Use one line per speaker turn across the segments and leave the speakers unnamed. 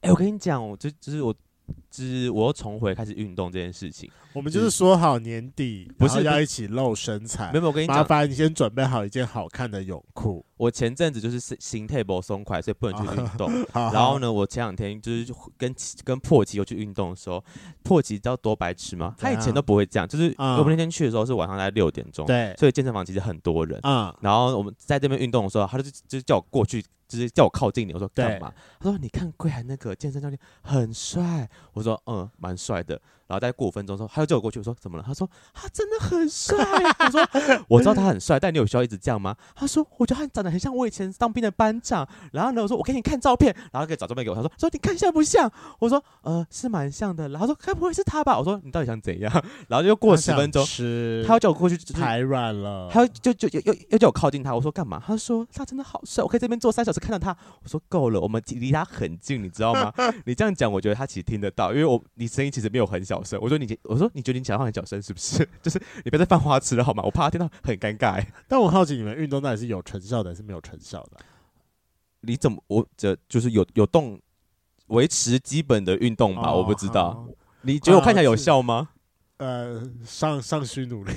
哎我跟你讲，我就就是我，就是我又重回开始运动这件事情。
我们就是说好年底，
嗯不是
然后要一起露身材
没。有，我跟你
哎麻
讲，
烦你先准备好一件好看的泳裤。
我前阵子就是心心态不松快，所以不能去运动。
啊 好
然后？呢，我前两天就是跟跟破奇有去运动的时候，破奇知道多白痴吗？他以
怎
前
样
都不会这样，就是
嗯
我们那天去的时候是晚上大概六点钟
好，对，
所以健身房其实很多人。
啊，
然后我们在这边运动的时候，他就就是叫我过去，就是叫我靠近你。我说
对
干嘛？他说你看柜台那个健身教练很帅。我说嗯，蛮帅的。然后再过五分钟之后，他又叫我过去，我说怎么了？他说他真的很帅。我说我知道他很帅，但你有需要一直这样吗？他说我觉得他长得很像我以前当兵的班长。然后呢，我说我给你看照片，然后给找照片给我。他说说你看像不像？我说呃是蛮像的。然后他说该不会是他吧？我说你到底想怎样？然后又过十分钟，
是
他又叫我过去，就是
排卵了。
他就就又又又叫我靠近他，我说干嘛？他说他真的好帅，我可以这边坐三小时看到他。我说够了，我们离他很近，你知道吗？ 你这样讲，我觉得他其实听得到，因为我你声音其实没有很小声。我说你，我说你觉得你讲话很小声是不是？ 就是你不要再犯花痴了好吗？我怕他听到很尴尬、欸。
但我好奇你们运动到底是有成效的还是没有成效的？
你怎么我这就是有有动维持基本的运嗯动吧？
哦
我不知道
好，
你觉得我看起来有
是
效吗？
呃，上上需 努力，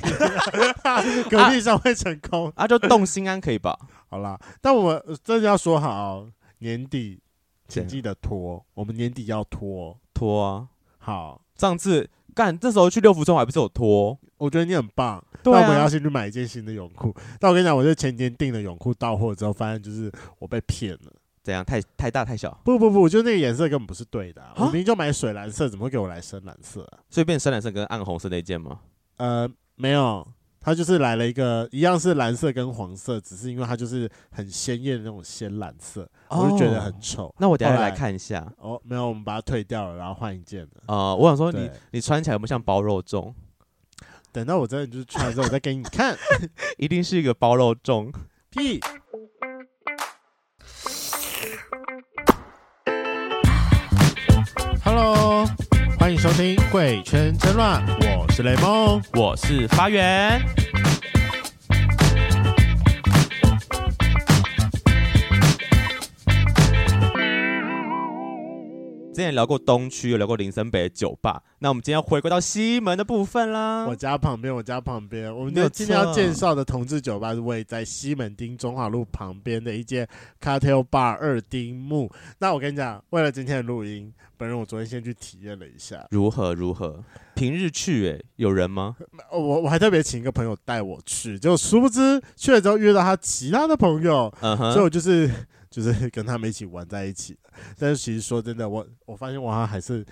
革命上会成功。
啊，就动心安可以 吧？
好啦，但我们呃真的要说好，年底
怎
请
样
记得拖，我们年底要拖。
拖啊，
好，
上次干这时候去六福村我还不是有拖？哦
我觉得你很棒。
对
那我们要
啊，
先去买一件新的泳裤。但我跟你讲，我就前几天订了泳裤到货之后，发现就是我被骗了。
怎样？太太大太小？
不不不，就那个颜色根本不是对的、啊。我
啊
明明就买水蓝色，怎么会给我来深蓝色、啊？
所以变深蓝色跟暗红色那一件吗？
呃，没有，它就是来了一个一样是蓝色跟黄色，只是因为它就是很鲜艳的那种鲜蓝色，
哦
我就觉得很。丑。
那我等一下
后来
来看一下。
哦，没有，我们把它退掉了，然后换一件的。
呃，我想说你
对
你穿起来有没有像包肉粽？
等到我真的就是穿了之后，我再给你看。
一定是一个包肉粽。
屁！Hello，欢迎收听《贵圈争乱》，我是雷梦。
我是发源。之前聊过东区，有聊过林森北的酒吧，那我们今天要回归到西门的部分啦。
我家旁边，我家旁边，我们
没有
今天要
错
介绍的同志酒吧是位在西门町中华路旁边的一间 Cartel Bar 二丁目。那我跟你讲，为了今天的录音，本人我昨天先去体验了一下，
如何如何？平日去、欸，有人 吗？
呃我我还特别请一个朋友带我去，就殊不知去了之后遇到他其他的朋友，
嗯
所以
哼，
我就是 就是跟他们一起玩在一起。但是其实说真的，我我发现我好像还是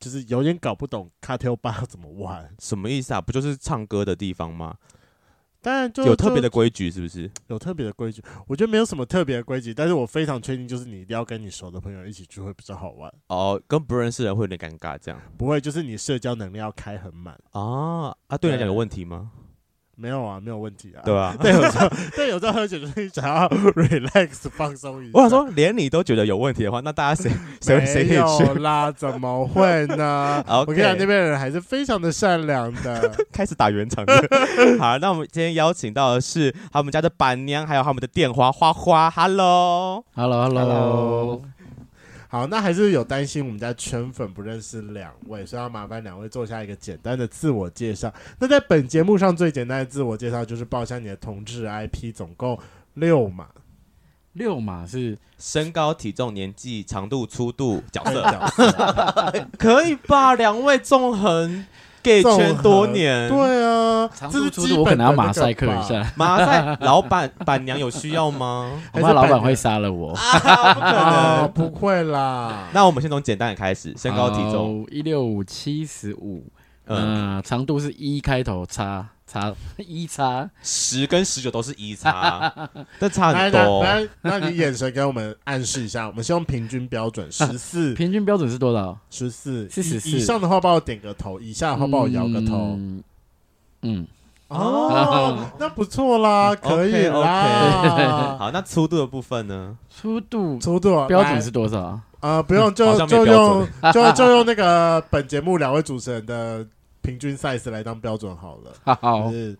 就是有点搞不懂 Cartel Bar 怎么玩，
什么意思啊？不就是唱歌的地方吗？
但就
有特别
就
的规矩是不是？
有特别的规矩，我觉得没有什么特别的规矩，但是我非常确定，就是你一定要跟你熟的朋友一起聚会比较好玩，
哦，跟不认识的人会有点尴尬，这样
不会就是你社交能力要开很满。
啊啊，对你来讲有
对
问题吗？
没有啊，没有问题啊。
对，吧？
但有时候，但有时候喝酒就是想要 relax 放松 一下。
我想，说，连你都觉得有问题的话，那大 家谁谁谁可
没
以
有
去？？
啦，怎么会呢
OK
我跟你讲，那边人还是非常的善良的。
开始打圆场了。 好，那我们今天邀请到的是他们家的板娘，还有他们的店花花花。Hello，
h e l l o h e l l o
好，那还是有担心我们家圈粉不认识两位，所以要麻烦两位做下一个简单的自我介绍。那在本节目上最简单的自我介绍就是报一下你的同志 IP，总共 六嘛，
六码是
身高、体重、年纪、长度、粗度、角
这
色，
样子
可以吧？两位纵横 gay
纵
圈多
横
年，，
对啊，
长
这
度
是
粗
基
度，我可
本
能要
的那
马
个
赛克一
吧，
下，
马赛老板板娘有需要吗？
我
还
怕
是
老板
板
会杀了我。
啊，不可
啊，
能。
不会啦，
那我们先从简单的开始，身高、体重，
一六五七十五，
嗯。
嗯，长度是一开头，叉叉 一叉，
十跟十九都是一 差，但差
来
很
来
多。
来，那你眼神给我们暗示一下，我们先用平均标准十 四
平均标准是多少？
十四
14
以上的话帮我点个头，以下的话帮我摇个头。
嗯。嗯，
哦， 那不错啦，可以啦。
好，那粗度的部分呢？
粗 度
粗度
标准是多少？
啊，呃不用
好
就
像没
就
有
用就就用那个本节目两位主持人的平均 size 来当标准好了，
好
就，是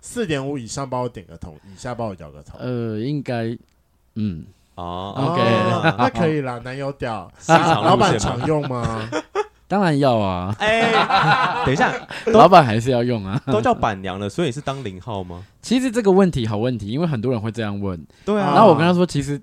四点五以上帮我点个头，以下帮我摇个头。
呃，应该，嗯，
哦
OK
哦 那可以啦，男友屌，
西厂
老板
路线吗
常用吗？
当然要啊，
哎，等一下，
老板还是要用啊。
都叫板娘了，所以你是当零号吗？
其实这个问题好问题，因为很多人会这样问。
对
啊
然后我跟他说，其实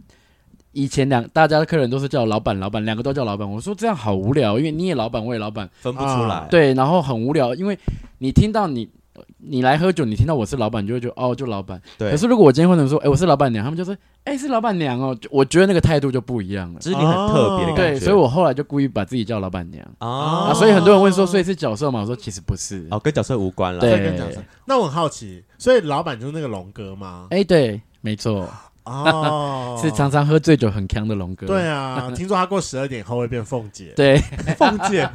以前两大家的客人都是叫老板，老板两个都叫老板。我说这样好无聊，因为你也老板，我也 老板，
分不出
啊
来。，
对，然后很无聊，因为你听到你你来喝酒，你听到我是老板，你就会觉得哦，就老板。
对
可是如果我今天换成说，哎，我是老板娘，他们就说，哎，是老板娘哦，就我觉得那个态度就不一样了。
只是你很特
哦
别的感
对，
觉。
所以我后来就故意把自己叫老板娘。
啊
啊，所以很多人问说，所以是角色嘛？我说其实不是。
哦，跟角色无关了。
对
再跟你讲一下那我很好奇，所以老板就是那个龙哥吗？
哎，对，没错，，
哦
是常常喝醉酒很强的龙哥。
对啊，听说他过十二点后会变凤姐，
对，
凤姐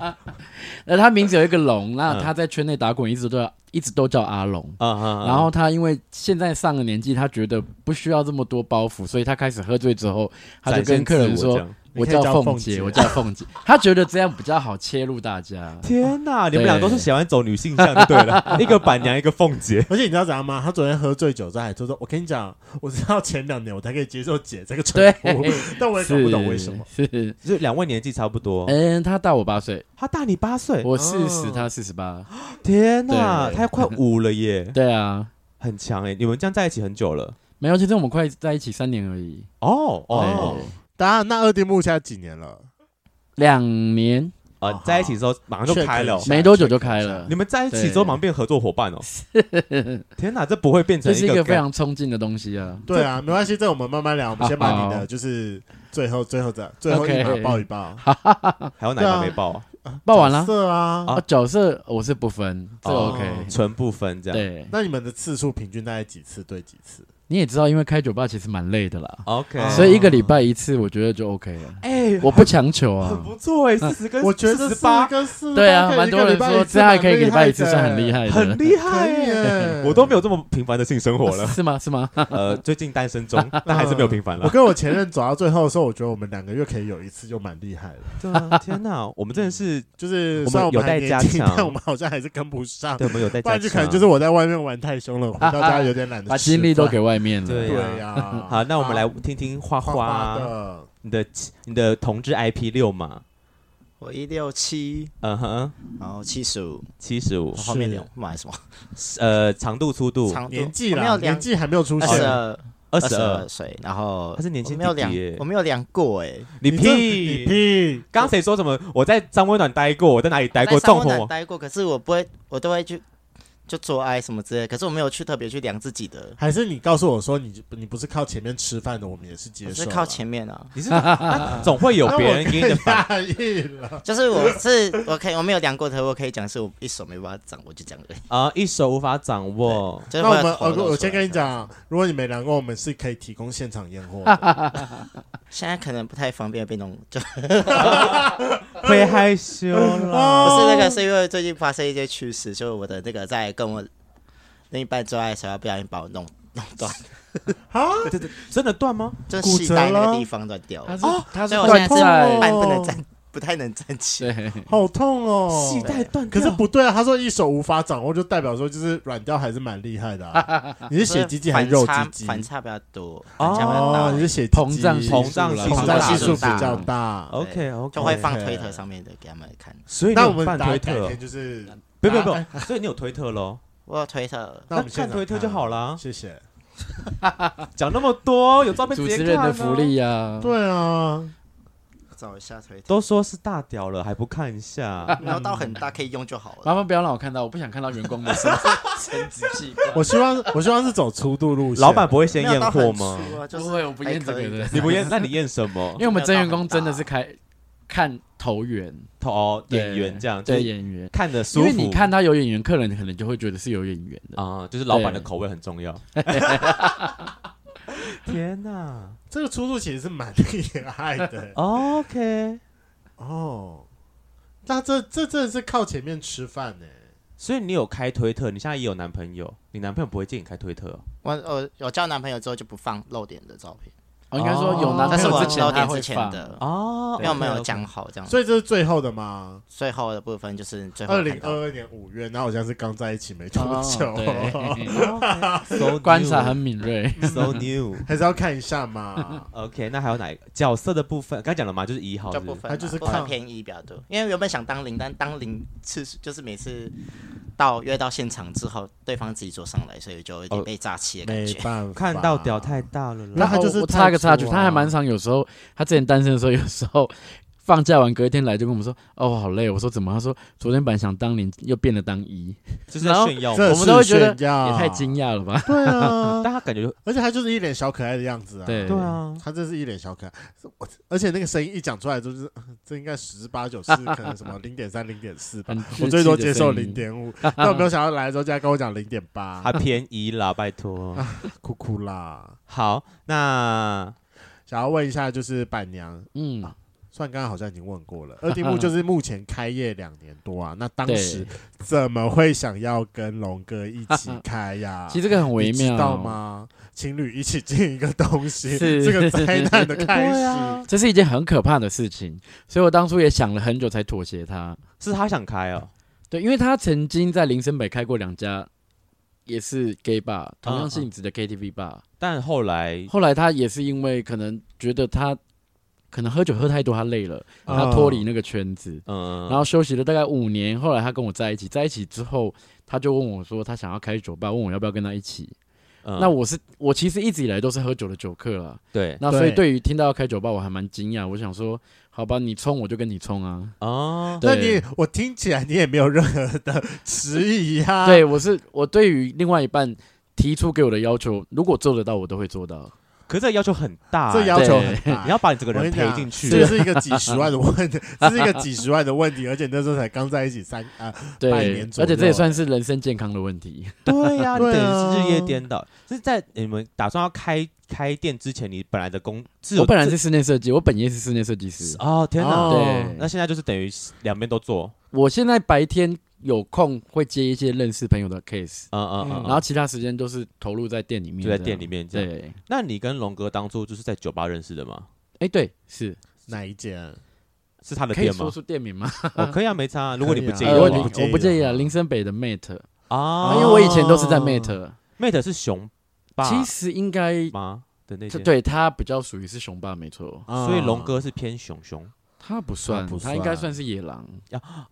那呃他名字有一个龙，那
嗯
他在圈内打滚一直都要一直都叫阿龙。
啊
嗯
啊，
然后他因为现在上了年纪，他觉得不需要这么多包袱，所以他开始喝醉之后，他就跟客人说：“
我
我
这样
叫
你可以叫
凤
凤姐啊
姐，我叫凤姐。” 他觉得这样比较好切入大家。
天哪，你们
对
俩都是喜欢走女性向就对了， 一个板娘，一个凤姐。
而且你知道怎样吗？他昨天喝醉酒在海，就说：“我跟你讲，我知道前两年我才可以接受姐这个称
对
呼， 但我也搞
是
不懂为什么。
是，
就两位年纪差不多，
嗯，他大我八岁，
他大你八岁，
我四
哦
十，他四十八。
天哪，
对
他快五了 耶，
对啊，
很强哎！你们这样在一起很久了？
没有，其实我们快在一起三年而已。
哦
哦
哦
对，
当然，那二丁目现在几年了？
两年
啊
好，
在一起之后马上就开了
确定一。下
没多久就开了
你。们在一起之后马上变合作伙伴哦！天哪，这不会变成
这是一个非
尴
常冲劲的东西啊！
对啊，没关系，这我们慢慢聊。我们先把你
好
的就是最后最后的最后一码
OK
报一报。
还有哪一个
对啊
没报啊？
报完了
角色啊
啊
啊，角色我是不分，这个
哦
OK。
纯不分这样。
对，
那你们的次数平均大概几次对几次？
你也知道，因为开酒吧其实蛮累的啦，
OK，
啊
所以一个礼拜一次，我觉得就 OK 了。
哎，
我不强求
很
啊，
不错哎，四十跟
我觉得
十
四
八
跟四
对啊，蛮
蛮
多人说这样还可以一个礼拜一次，算很厉
害
害的，
很厉
的，可
害
以
耶！
耶
我都没有这么频繁的性生活 了，
是吗？是吗？
呃，最近单身中，但还是没有频繁
我
了。
跟我前任走到最后的时候，我觉得我们两个月可以有一次就蛮厉害了。
对啊，天哪，我们真的是，
就是
我们
虽然
有
还
待
年
加
轻
强
但我们好像还是跟不上。
对，我们有在
不
加啊
然就可能就是我在外面玩太凶了，回到家有点懒得
把
吃饭
精力都给外面了。
对啊
对呀、
好，那我们来
啊
听听花
花
花
的，
你的你的同志 IP 六嘛，
我一六七，
嗯哼，
然后七十五，
七十五
我，后面
是
有买什么？
呃，长度粗度
长度
年纪
我没有
啦，年
量
纪还没有出
二十
啊
现。
二，
二
十
十
二
二，
岁，然后
他是年轻
我没有
弟弟
量
耶，
我没有量过哎，
你
这你
屁！
屁！
刚谁说什么？我在张温暖待过，我在哪里待过？
在三
纵
温
火
暖待过，可是我不会，我都会去就做爱什么之类的，可是我没有去特别去量自己的，
还是你告诉我说你你不是靠前面吃饭的，我们也是接
我
受
是
啦。
靠 前面啊，
你是啊总会有别人给你的反
大意了。
就是我是我可以我没有量过头，我可以讲是我一手没办法掌握，就这样而已。
啊，一手无法掌握。
就是
那我们呃
会有头露出来
我我先跟你
这样，
讲，如果你没量过，我们是可以提供现场验货的。
现在可能不太方便被弄，就
会害羞啦。
不是那个，是因为最近发生一些趣事，就是我的那个在跟我另一半做爱的时候，不小心把我弄弄断，
啊，
这这真的断吗？
就
骨
是系
折
带那
了
个地方断掉
他
了，
是他
所
是
以我
会
现在是
哦
半不能站，不太能站起来。
对，
好痛哦！
系带断
可
掉，
是不对啊，他说一手无法掌握，就代表说就是软掉还是蛮厉害的、 啊。你是
所以
血鸡鸡还是肉
反差
鸡鸡？
反差比较多，
哦
反差比较
哦，你
大，
是血鸡
膨
鸡
胀
膨胀
了，
系数
膨胀系数比较大。
OK OK，
就会放
OK
推特上面的给他们看。
所以你
那
有
我们
办
打
推
改
特，
天就是，
不不不，所以你有推特喽。
我有推特，
那我们啊
那看推特就好
了。
啦。
谢谢。
讲那么多，有照片直
主
接
持
看
人
啊
的福。利啊，
对啊，
找一下推特，
都说是大屌了，还不看一下？
然后到很大可以用就好了。
麻烦不要让我看到，我不想看到员工的身 身子屁股。
我希望 我希望是啊走粗度路线。
老板不会先
没有
验
到
货
很
吗？
粗啊，就
不
是
会，我不验这个 的，
你不验，那你验什么
因？为我们真员工真的是开看投缘，
头
对
演员这样，就
对
是
演员，
看的舒
因
服。
为你看他有演员，客人可能就会觉得是有演员的。
啊，就是老板的
对
口味很重要。天哪
这个粗度其实是蛮厉害 的
，OK，
哦。那这这真的是靠前面吃饭呢、欸
所以你有开推特，你现在也有男朋友，你男朋友不会借你开推特哦
我我我交男朋友之后就不放露点的照片，
哦，应该说有男
但
朋
是
友
我
之前
露
他
点
会
之前
放，
的，
哦，
因为我们有
OK，OK
讲好
啊
这样。
所以这是最后的嘛？
最后的部分就是最后
二
看到
零二二年五月，那好像是刚在一起没多
哦
久，
对，
，so
观察
new
很敏锐。
so new。。
还是要看一下嘛
OK，那还有 哪一个角色的部分？刚才讲了嘛，就是一号
这
是不
部
是
分
他
嘛
就是
部
看
分偏一比较多，因为原本想当零，但当零次数就是每次到约到现场之后，对方自己坐上来，所以就有点被炸气的感
没
觉。
办法，
看到屌太大了
那
啦。
他
然后
就是
我插
太
个插
粗
曲，
啊
他还蛮常有时候，他之前单身的时候，有时候放假完隔一天来就跟我们说，哦，我好累。我说怎么？他说昨天本来想当零，又变得当一，
就是在
然后
炫耀
这
嘛，
我们都会觉得
是炫耀
也太惊讶了吧？
对啊
但，他感觉就
而且他就是一脸小可爱的样子啊。
对
对啊，
他这是一脸小可爱，我而且那个声音一讲出来就是，这应该十之八九是可能什么零点三、零点四 吧
很，稚
我最多
气的
接受
声
零
音
点五，但我没有想到来的时候竟然跟我讲零点八
哎他，偏一啦，拜托。
哭哭啦！
好，那
想要问一下，就是板娘，
嗯，
算刚刚好像已经问过了，二丁目就是目前开业两年多啊，那当
对，
时怎么会想要跟龙哥一起开呀、
其实这个很微
啊你
妙，
知道？吗？情侣一起进一个东西，
是
这个灾难的开
对
始。嗯
啊，
这是一件很可怕的事情，所以我当初也想了很久才妥协他。
是他想开哦。
对，因为他曾经在林森北开过两家，也是 gay bar，同
嗯
样性质的 KTV bar。
但后来
后来他也是因为可能觉得他可能喝酒喝太多，他累了，
哦
他脱离那个圈子，
啊嗯，
然后休息了大概五年。后来他跟我在一起，在一起之后，他就问我说他想要开酒吧，问我要不要跟他一起。
嗯哎
那我是我其实一直以来都是喝酒的酒客啦，
对
那所以
对
对于听到要开酒吧，我还蛮惊讶。我想说，好吧，你冲我就跟你冲啊。
哦，
那
对
你我听起来你也没有任何的迟疑啊。
对，我是我对于另外一半提出给我的要求，如果做得到，我都会做到。
可是这个要求很大
这
欸，
要求
对
很大。
你要把你这个
我跟
人
你
陪
讲
进去，
这是一个几十万的问题，这是一个几十万的问题，而且那时候才刚在一起三啊，
对
半年，左
而
右
且这也算是人生健康的问题。
对呀、你
对
等
啊
于是日夜颠倒。是在你们打算要开开店之前，你本来的工是有
我本来
自
是室内设计，我本业是室内设计师。
哦，天哪！
哦
对
那现在就是等于两边都做，
我现在白天有空会接一些认识朋友的 case，、
嗯嗯嗯，
然后其他时间都是投入在店里面，
就在店里。面这样。
对，
那你跟龙哥当初就是在酒吧认识的吗？
哎，对，是
哪一间？
是他的
可以
店
说
吗？
出店名吗？
我可以啊，没差啊。如果你不介意
可以啊
的
不
我
话
介意
我不介意
的
啊。
话
林森北的 Mate，、
啊
啊，因为我以前都是在 Mate，、
Mate 是熊爸
其实应该
吗的那些，，
对他比较属于是雄霸，没错，
啊
所以龙哥是偏熊熊
他不算，
不
他应该
算
算是野狼。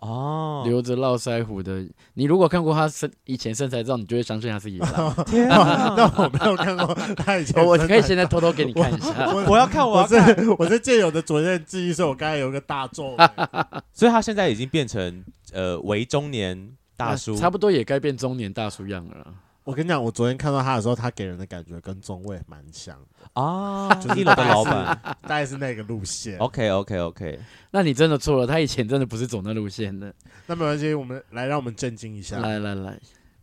哦。
留着络腮胡的，你如果看过他身以前身材照，你就会相信他是野 狼。，
天
哇
啊！
那 我没有看过他以 前
哦我可以
先。
现在偷偷给你看一下。
我要看，我要
我
看。
这我这借有的昨天的记忆，所以我刚才有一个大 皱。
所以他现在已经变成呃为中年大
啊
叔，
差不多也该变中年大叔样了啦。
我跟你讲，我昨天看到他的时候，他给人的感觉跟中尉蛮像，
啊，
就是
一楼的老板。
大概是那个路线。
OK OK OK，
那你真的错了，他以前真的不是走那路线的。
那没关系，我们来让我们震惊一下。
来来来，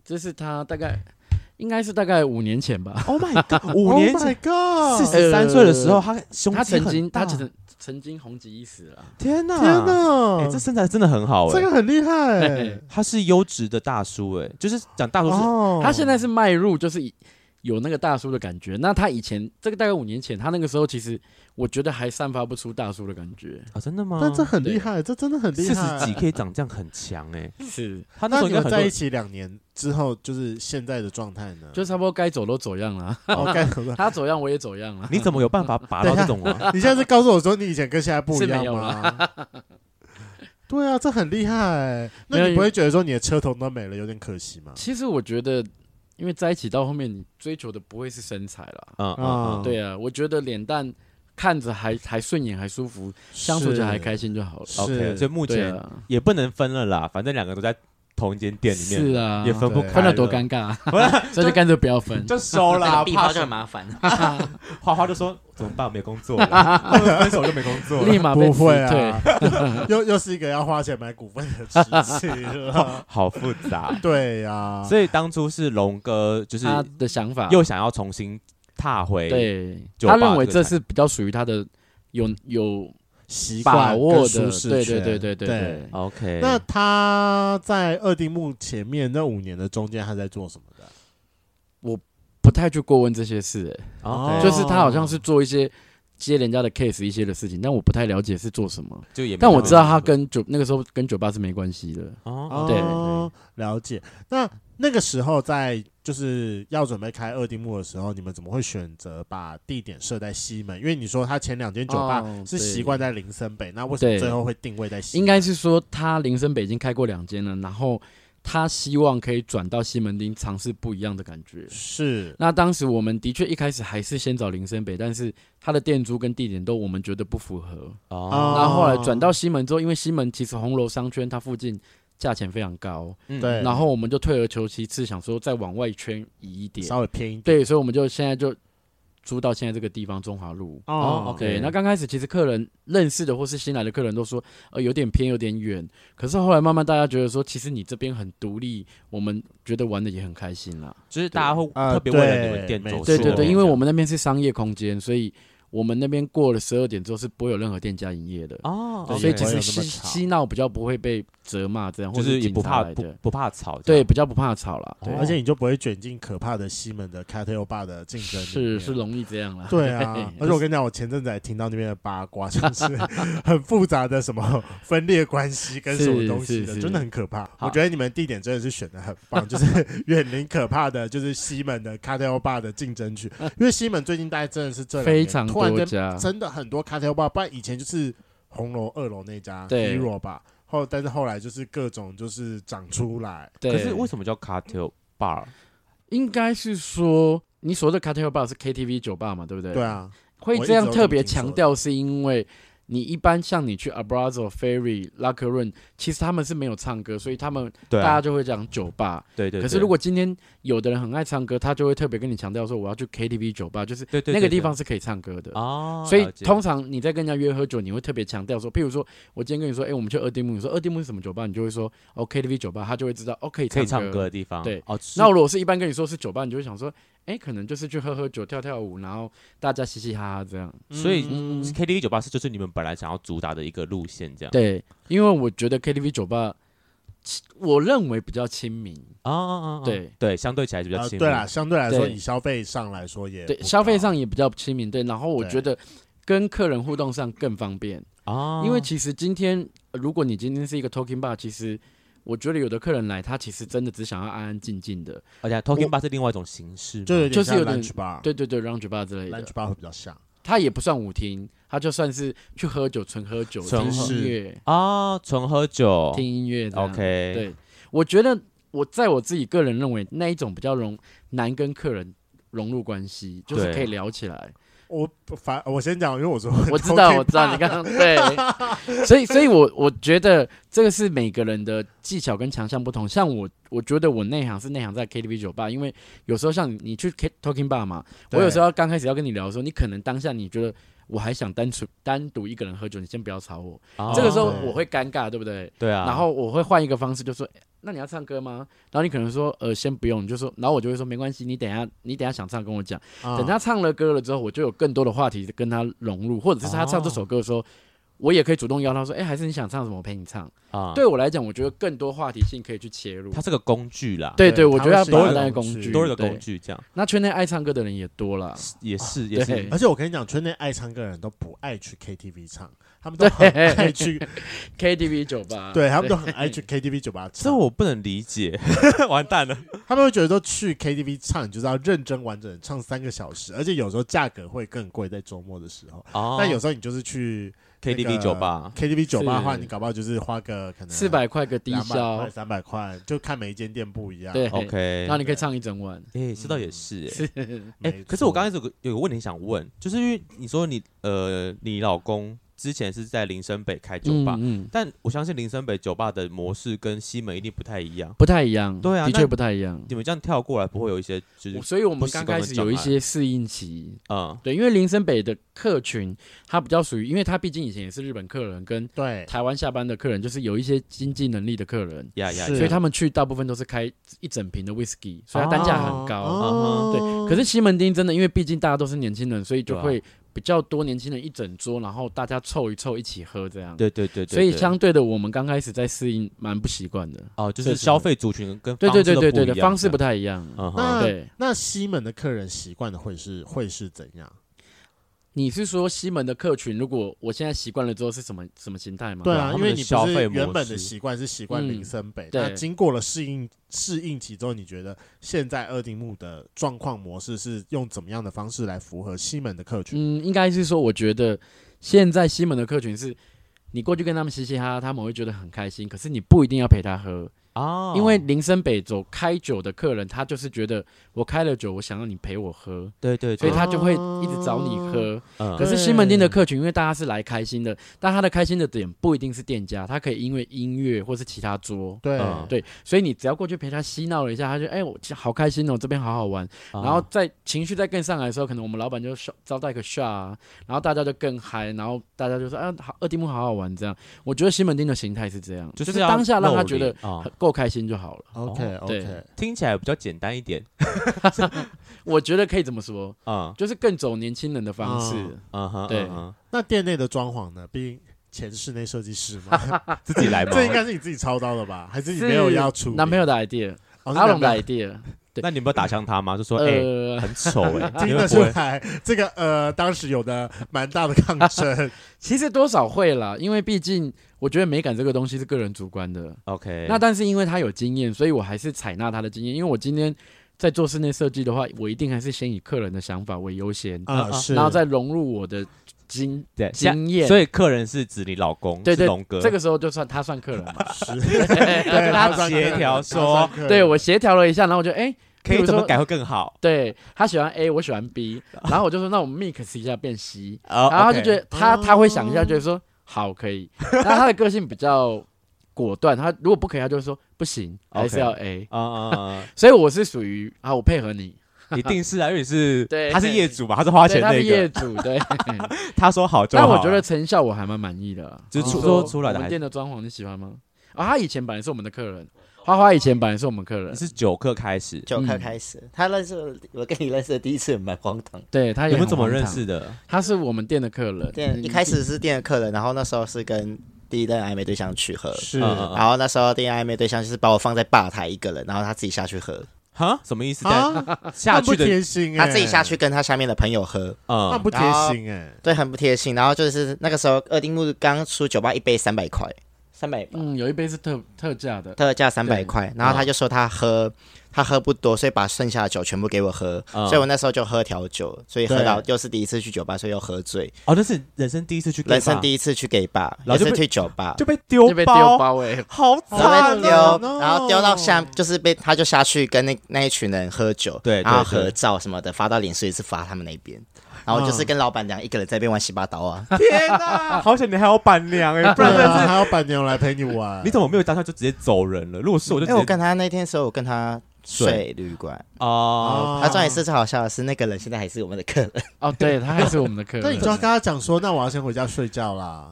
这是他大概应该是大概五年前吧。
Oh my god！五 年
Oh my
前
god！
四十三岁的时候，他胸
他
肌
曾
很
经
大
他曾曾经红极一时了。
天哪
天哪，
哎，这身材真的很好
这
哎
个，很厉害
嘿
欸
嘿。
他是优质的大叔哎，就是讲大叔是
哦
他现在是迈入就是以有那个大叔的感觉。那他以前这个大概五年前，他那个时候其实我觉得还散发不出大叔的感觉。
啊，真的吗？
但这很厉害，这真的很厉
四
害。
十几可以长这样很强哎，
是，
他那
那
时候
你
应该
们
很
在
多
一起两年之后，就是现在的状态呢？
就差不多该走都走样了。
哦，该怎么办？
他走样我也走样了。
你怎么有办法拔到这种 啊？
你现在是告诉我说你以前跟现在不一
是
样
没有
吗？对啊，这很厉害欸。那
没
你
有
不会觉得说你的车头都没了，有点可惜吗？
其实我觉得，因为在一起到后面，你追求的不会是身材啦。
嗯嗯嗯，
对啊，我觉得脸蛋看着还还顺眼，还舒服，相处着还开心就好了。
是
，OK，所以目
对
前
啊，
也不能分了啦，反正两个都在同一间店里面，
是啊，
也分不
对
开，
分了多尴尬啊，所以就干脆不要分。
就收
那
啦，
个壁
怕
包
什么
就很麻 烦，
花花就说怎么办，没工作 了，分手就没工作了。
立马被
不
辞
会
退
啊， 又又是一个要花钱买股份的事情 了。
好复杂。
对呀，
所以当初是龙哥，就是
他的想法。
又想要重新踏回，
啊对，
酒吧
他认为
这个
这是比较属于他的有有
习惯
把握
跟舒
的，
适
对对
圈
对对
对
对。
，OK，
那他在二丁目前面那五年的中间，他在做什么的？
不太去过问这些事、欸
哦，
哦
就是他好像是做一些接人家的 case 一些的事情，但我不太了解是做什么。
就也没
但我
那么
知道他
清楚
跟酒那个时候跟酒吧是没关系的。
哦，
对
哦，了解。那那个时候在就是要准备开二丁目的时候，你们怎么会选择把地点设在西门？因为你说他前两间酒吧
哦
是
对
习惯在林森北，那为什么
对
最后会定位在西门？
应该是说他林森北京开过两间了，然后他希望可以转到西门町尝试不一样的感觉。
是
那当时我们的确一开始还是先找林森北，但是他的店租跟地点都我们觉得不符合。
哦，
那后来转到西门之后，因为西门其实红楼商圈它附近价钱非常高，
嗯
对
然后我们就退而求其次，想说再往外圈移一点。
稍微偏一点。
对，所以我们就现在就租到现在这个地方中华路。
哦，OK
对，那刚开始其实客人认识的或是新来的客人都说，呃，有点偏，有点远。可是后来慢慢大家觉得说，其实你这边很独立，我们觉得玩的也很开心啦。
就是大家会
啊
特别为了
对
你们店
没
走哦
错
对
秀
对对，
是
因为我们那边是商业空间，所以我们那边过了十二点之后是不会有任何店家营业的。
哦
对，
所以
也
其
不会
实
有那
嬉
么吵
嬉闹比较不会被责骂这样，或
就
者
是也
警
不
察
怕
来
不
的，
不怕吵这
对，
样，
比较不怕吵啦。对，
哦
而且你就不会卷进可怕的西门的 Cattle Bar 的竞争里
是
面
是容易这样 啦。
对啊，而且我跟你讲，我前阵子还听到那边的八卦， 就是很复杂的什么分裂关系跟什么东西
是
的，
是
真的很可怕。
好
我觉得你们地点真的是选的很棒，就是 远离可怕的，就是西门的 Cartel Bar 的竞争区，因为西门最近大家真的是这两年
非常
突然
多
间
家，
真的很多 Cartel Bar，不然以前就是红楼二楼那家
对
Hero 吧，后但是后来就是各种就是长出来，
对，
可是为什么叫 cartel bar？
应该是说你所谓的 cartel bar 是 KTV 酒吧嘛，对不对？
对，啊，
会
我一
这样
直都
特
这么
别
听说
强
的
调，是因为你一般像你去 Abrazo、Ferry、La c a r o n 其实他们是没有唱歌，所以他们
对
大
啊
家，就会讲酒吧。
对对。
可是
对
如果今天有的人很爱唱歌，他就会特别跟你强调说我要去 KTV 酒吧，就是
对对
那个
对
地
对
方是可以唱歌的。
哦，
所以
了解
通常你在跟人家约喝酒，你会特别强调说，譬如说，我今天跟你说，哎、我们去二丁目，你说二丁目是什么酒吧，你就会说，哦，KTV 酒吧，他就会知道，哦，可以
可以
唱
唱歌的地方，
对
哦，
那如果是一般跟你说是酒吧，你就会想说，哎、可能就是去喝喝酒、跳跳舞，然后大家嘻嘻哈哈这样。
所以
嗯
KTV 酒吧是就是你们本来想要主打的一个路线，这样
对，因为我觉得 KTV 酒吧，其我认为比较亲民，
哦哦哦，哦
对呃
对，相对起来是比较
啊
亲民，
对啦，相对来说
对
以消费上来说也
对，
不
消费
高
上也比较亲民，对。然后我
对
觉得跟客人互动上更方便，
哦，
因为其实今天呃如果你今天是一个 talking bar，其实。我觉得有的客人来，他其实真的只想要安安静静的，
而且 talking bar 是另外一种形式嘛，
就有点
就是
像
有点
lunch bar，
对对对，lounge 哦 bar 之类的
，lunch，bar 会比较像。
他也不算舞厅，他就算是去喝酒，纯哦喝酒，
纯
听
喝
音乐，
啊，纯喝酒
听音乐这样
，OK，
对，我觉得我在我自己个人认为，那一种比较容难跟客人融入关系，就是
对
可以聊起 来。
我反我先讲，因为我说
我知道，我知道，你 刚刚对，所以，所以我我觉得这个是每个人的技巧跟强项不同。像我，我觉得我内行是内行在 KTV 酒吧，因为有时候像你你去 K Talking Bar 嘛，我有时
候
候刚开始要跟你聊的时候，你可能当下你觉得。我还想单纯单独一个人喝酒，你先不要吵我。
哦
这个时候
对
我会尴尬，对不对？
对啊，
然后我会换一个方式，就说，诶那你要唱歌吗？然后你可能说，呃，先不用，你就说，然后我就会说，没关系，你等一下，你等一下想唱跟我讲。
啊
啊
等他唱了歌了之后，我就有更多的话题跟他融入，或者是他唱这首歌的时候，我也可以主动邀他说，哎，还是你想唱什么，我陪你唱。
哦啊，
对我来讲，我觉得更多话题性可以去切入
它。是个工具啦，
对
对
对，我
他
觉得要
会是
把
一
它
个
当
工
工
具
具，
多一个工
对。
具这样，
那圈内爱唱歌的人也多了，
也是也
对
是
而且我跟你讲，圈内爱唱歌的人都不爱去 KTV 唱，他们都很爱 去，
KTV 酒吧，
对他们都很爱去 KTV 酒吧
这
唱。
我不能理 解，完蛋了。
他们会觉得说去 KTV 唱，你就是要认真完整地唱三个小时，而且有时候价格会更贵，在周末的时候。
哦
但有时候你就是去那
KTV
个
酒吧，
KTV 酒吧的话，
哦是
你搞不好就是花个可能
四百块个低
两百
消
块、，三百块，就看每一间店不一样。
对
OK，
然后你可以唱一整晚。
哎，这倒也是哎。哎、
没
可是我
错
刚开始有个有个问题想问，就是因为你说你呃，你老公之前是在林森北开酒吧，
嗯，嗯
但我相信林森北酒吧的模式跟西门一定不太一样。
不太一样，
对啊
的确
那
不太一样。
你们这样跳过来，不会有一些就是
所以我
不
们
习
刚
惯
开
的
始
障
有一
碍
些适应期，
嗯
对，因为林森北的客群，他比较属于，因为他毕竟以前也是日本客人跟
对
台湾下班的客人，就是有一些经济能力的客人，
呀呀，
是
所以他们去大部分都是开一整瓶的 whisky，所以它单价很高。
哦
对，可是西门町真的，因为毕竟大家都是年轻人，所以就
对啊
会比较多年轻人一整桌，然后大家凑一凑一起喝这样。
对对对对，
所以
对
相对的，我们刚开始在适应，蛮不习惯的。
哦，就
确
是
实
消费族群跟
对
方
对
式
对
都
对
不
对
一
对，
样
方式
这
不太一样。
样，嗯哼，
那
对
那西门的客人习惯的会是会是怎样？
你是说西门的客群，如果我现在习惯了之后是什么什么形态吗？
对
他
啊，
们
因为
的
你
消
不
费
是
模
原本
式
的习惯是习惯
嗯
林森北，
对
那经过了适应适应期之后，你觉得现在二丁目的状况模式是用怎么样的方式来符合西门的客群？
嗯，应该是说，我觉得现在西门的客群是，你过去跟他们嘻嘻哈哈，他们会觉得很开心，可是你不一定要陪他喝，
哦，
因为林森北走开酒的客人，他就是觉得我开了酒，我想要你陪我喝，
对对，
所以
对
他就会一直找你
哦
喝。
嗯
可是西门町的客群，因为大家是来开心的，但他的开心的点不一定是店家，他可以因为音乐或是其他桌。
对，
嗯
对，所以你只要过去陪他嬉闹了一下，他就哎、我好开心哦，这边好好玩。然后
哦
在情绪再更上来的时候，可能我们老板就 shout- 招待个 shot，、啊、然后大家就更嗨，然后大家就说啊，好，二丁目好好玩这样。我觉得西门町的形态是这样，就是
要
当下让他
露
觉得
脸哦
很够开心就好了。
，OK
对
OK，
听起来比较简单一点，
我觉得可以怎么说，
嗯
就是更走年轻人的方式。
哦
嗯哼，
对
嗯哼
那店内的装潢呢？毕竟前室内设计师 嘛，
自己来嘛。
这应该是你自己操刀的吧？还是你没有要哦出
男朋友的 idea，阿
哦
阿
龙的
来
idea，
那你有没有打向他吗？就说哎，
呃，
很丑 哎，你会
听得
不
出
会
来，这个呃，当时有的蛮大的抗 争。
其实多少会啦，因为毕竟我觉得美感这个东西是个人主观的。
OK？
那但是因为他有经验，所以我还是采纳他的经验。因为我今天在做室内设计的话，我一定还是先以客人的想法为优先，
啊，是，
然后再融入我的经
对
经验。
所
以
以客人是指你老公，
对
是
对
龙哥，
这个时候就算他算客 人嘛。
是，
跟
对
他
上
协
课
调
他
说
上课
对我协调了一下，然后我就哎。
可
比
以
如
怎么
说
改会更好？
对他喜欢 A，我喜欢 B，然后我就说那我们 mix 一下变 C，
然
然后他就觉得他
哦
他会想一下，觉得说好可以。然后他的个性比较果断，他如果不可以，他就会说不行，还
OK
是要 A。
啊啊 啊
所以我是属于啊，我配合你，
啊，一定是啊，因为你是
对
他是业主嘛，他是花
对，
钱
他
那
是业
个，
主，对。
他说好就好
但
啊。
我觉得成效我还蛮满意的啦，
就是
比如
出
说
说出来的
我们
还
店的装潢你喜欢吗？啊，他以前本来是我们的客人，花花以前本来是我们客人
你，是九课开始，
九课
嗯
开始，他认识我我跟你认识的第一次也蛮荒唐的。
对他也
你们
很
怎么
荒
认
唐？
识的？
他是哎我们店的客人，嗯
店一开始是店的客人，然后那时候是跟第一任暧昧对象去喝，
是
嗯嗯嗯
然后那时候第一任暧昧对象就是把我放在吧台一个人，然后他自己下去喝，
哈，什么意思？但
啊，
下去
那不
的
贴心哎，
他自己下去，跟他下面的朋友喝，
那
嗯，
不贴心哎，
对，很不贴心。然后就是那个时候二丁目刚出酒吧一杯三百块，三百
嗯，有一杯是特特价的，
特价三
对
百块，然后他就说他喝、他喝不多，所以把剩下的酒全部给我喝，
嗯
所以我那时候就喝调酒，所以喝
对
到又是第一次去酒吧，所以又喝醉，
哦，那是人生第一次去 gay 吧，
人生第一次去 gay 吧，
然后
也
就是被
去酒吧
就。被丢
就被丢
包，
包哎，
好
然后
惨
被丢
哦！，
no
然后丢到下，就是被他就下去跟那那一群人喝酒，
对
然后
对啊对
合照什么的发到脸书也是发他们那边，然后就是跟老板娘一个人在那边玩洗把刀啊，
天哪， 好险你还有板娘哎，不
对
然 真的
啊，
是
还要伴娘来陪你玩，
你怎么没有当下就直接走人了？如果是我就
因
直
哎为我
接
跟他那天的时候我跟他睡旅馆，
哦，
他重点是最好笑的是那个人现在还是我们的客人。
哦，对他还是我们的客
那
人
你就，要跟他讲说，那我要先回家睡觉啦。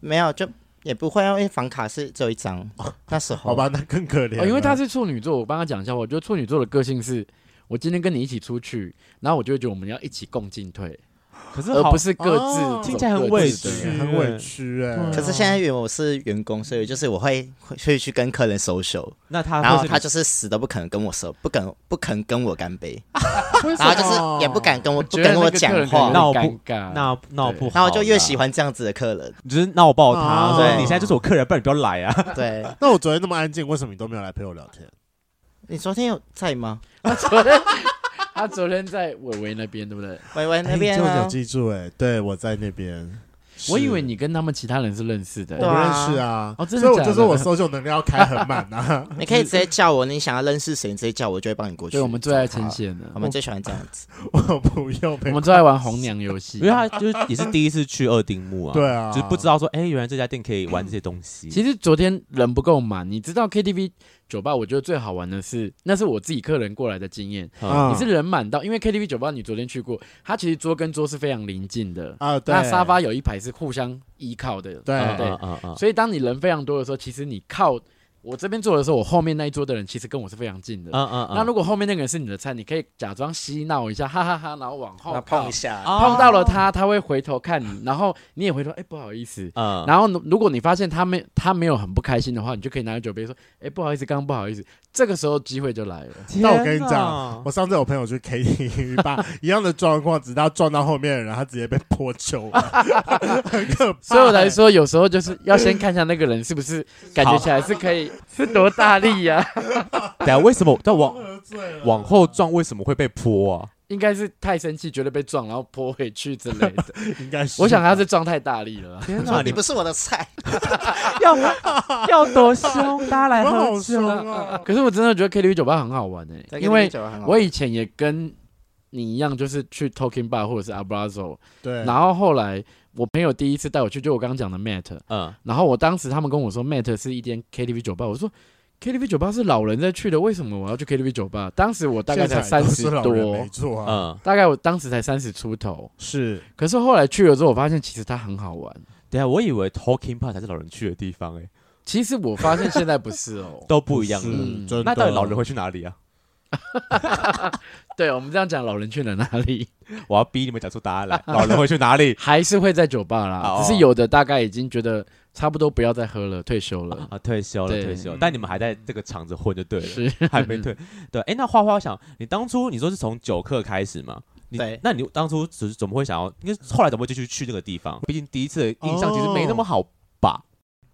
没有，就也不会啊，因为房卡是只有一张。那时候
好，吧，那更可怜了、
哦，因为他是处女座，我帮他讲一下，我觉得处女座的个性是。我今天跟你一起出去，然后我就会觉得我们要一起共进退，
可是
而
好
呃不是各自
哦
走
听起来很
各自
委
的
屈
是很委屈哎、
对
可是现在因为我是员工，所以就是我会会会去跟客人 social，
那他
然后
会是
他啊就是死都不肯跟我 so，不肯不肯跟我干杯，
为什
然
么
后就是也不敢跟我不
觉得
跟我
那个客
讲
人可能
话，
那我
有
不
点尴尬，
闹闹不好啦，啊
然后我就越喜欢这样子的客 人。
你就是闹爆他，
哦
所以你现在就是我客人，不然你不要来 啊！
对，
那我昨天那么安静，为什么你都没有来陪我聊天？
你昨天有在吗？
他昨天他昨天在伟伟那边，对不对？
喂喂那
哎
边
你就有
啊，
记住哎、对我在那边。
我以
是
为你跟他们其他人是认识的、
我
对
不认
啊
识啊，
哦真的
所以我
假
就
的
说我搜救能力要开很满啊。
你可以直接叫我，你想要认识谁，你直接叫我，我就会帮你过
嗯
去。
对，我们最爱
这
牵
样好
线的
我，们最喜欢这样 子。
我不用陪
我。们最爱玩红娘游戏
因为。他就是也是第一次去二丁目啊，
对啊
就是不知道说，哎，原来这家店可以玩这些东西。
其实昨天人不够满，你知道 KTV 酒吧，我觉得最好玩的是，那是我自己客人过来的经验。
嗯
你是人满到，因为 KTV 酒吧你昨天去过，它其实桌跟桌是非常临近的，
啊，对，
那沙发有一排是互相依靠的，
对
嗯
对
嗯嗯嗯，
所以当你人非常多的时候，其实你靠我这边坐的时候，我后面那一桌的人其实跟我是非常近的。
嗯
啊
嗯嗯，
那如果后面那个人是你的菜，你可以假装嬉闹一下，哈哈哈然后往后
那碰
靠
一下，
碰到了他，他会回头看你，然后你也回头，哎、不好意思。
嗯，
啊
然后呢如果你发现他没他没有很不开心的话，你就可以拿着酒杯说，哎、不好意思，刚刚不好意思。这个时候机会就来了。
天
那我跟你
哪
讲，我上次我朋友去 KTV 吧， 一样的状况，只是他撞到后面的人，他直接被泼酒了， 很可怕。
所以我来，说，有时候就是要先看一下那个人是不是感觉起来是可以 是多大力啊呀、
等下为什么但往
喝醉了，
往后撞为什么会被泼啊？
应该是太生气，觉得被撞，然后泼回去之 类
啊
的。
应该是
我想他是撞太大力了。
天
说你不是我的菜，
要要多凶，大家
我
来
好
喝
凶
酒。
啊！
可是我真的觉得 KTV 酒吧很好玩诶、因为我以前也跟你一样，就是去 Talking Bar 或者是 Abrazo，
对，
然后后来我朋友第一次带我去，就我刚刚讲的 Matt，
嗯，
然后我当时他们跟我说 Matt 是一间 KTV 酒吧，我说 KTV 酒吧是老人在去的，为什么我要去 KTV 酒吧？当时我大概
现
才
场
三
也都
十
是老人
多
没，错啊，
嗯，
大概我当时才三十出头，
是
可是后来去了之后，我发现其实它很好玩。
等下我以为 talking part 才是老人去的地方，哎，，
其实我发现现在不是哦
都不一样
是
了。
嗯
真的
那到底老人会去哪里 啊？
对我们这样讲，老人去了哪里？
我要逼你们讲出答 案来。老人会去哪里？
还是会在酒吧啦，
哦
好
只是有的大概已经觉得差不多不要再喝了，退休了。
啊，退休了，
对
退休，但你们还在这个厂子混就对了，
是，
还没 退。对，哎，那花花，我想你当初你说是从九课开始嘛？你
对
那你当初只是怎么会想要？因为后来怎么会继续去那个地方？毕竟第一次的印象其实没那么好吧？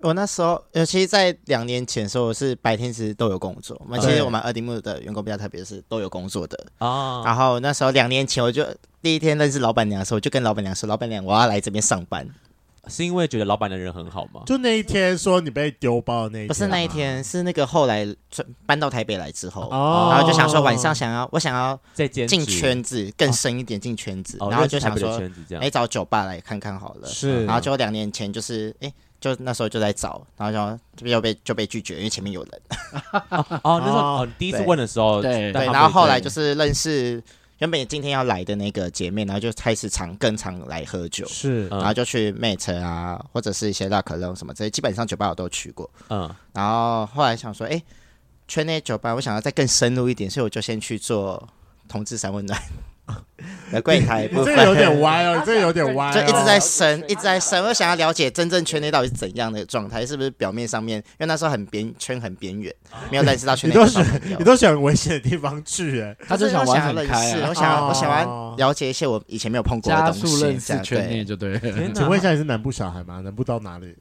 我那时候，尤其在两年前的时候，我是白天其实都有工作。我们其
对
实我们二丁目的员工比较特别，是都有工作的。
啊，
然后那时候两年前，我就第一天认识老板娘的时候，我就跟老板娘说：“老板娘，我要来这边上班。
是因为觉得老板的人很好吗？
就那一天说你被丢包的那”一天，啊
不是那一天，是那个后来转搬到台北来之后，
哦，
然后就想说晚上想要，我想要
在兼职
进圈子更深一点，进圈子，
哦，
然后
认
就
识台
想
北的
说，
圈子这样
哎，。找酒吧来看看好了。
是，
然后就两年前就是，哎，就那时候就在找，然后就这边又被就被拒绝，因为前面有人。
哦，那时候
哦
哦，你第一次
对
问的时候，
对
但
对，
他
然后
没
后来
对
就是认识原本今天要来的那个姐妹，然后就开始常更常来喝酒，
是
嗯
然后就去 Mate 啊，或者是一些 l 可 c 什么这些，基本上酒吧我都去过。
嗯，
然后后来想说，哎，圈内酒吧我想要再更深入一点，所以我就先去做同志三温 暖的柜台
你
部
这个有点
分。
歪哦，你这个有点歪哦，
就一直在深，一直在深。我想要了解真正圈内到底是怎样的状态，是不是表面上面？因为那时候很边圈很边缘，没有认识到圈
你
内
都
的
是
上面有
你都选危险的地方去，哎，
他就想玩很
我
开
想要认识
啊
我，想要
哦
我想要了解一些我以前没有碰过的
加
东西，
速认
这
识
样
圈内
对，嗯
就对了。
天
请问
哪，
一下你是南部小孩吗？南部到哪里？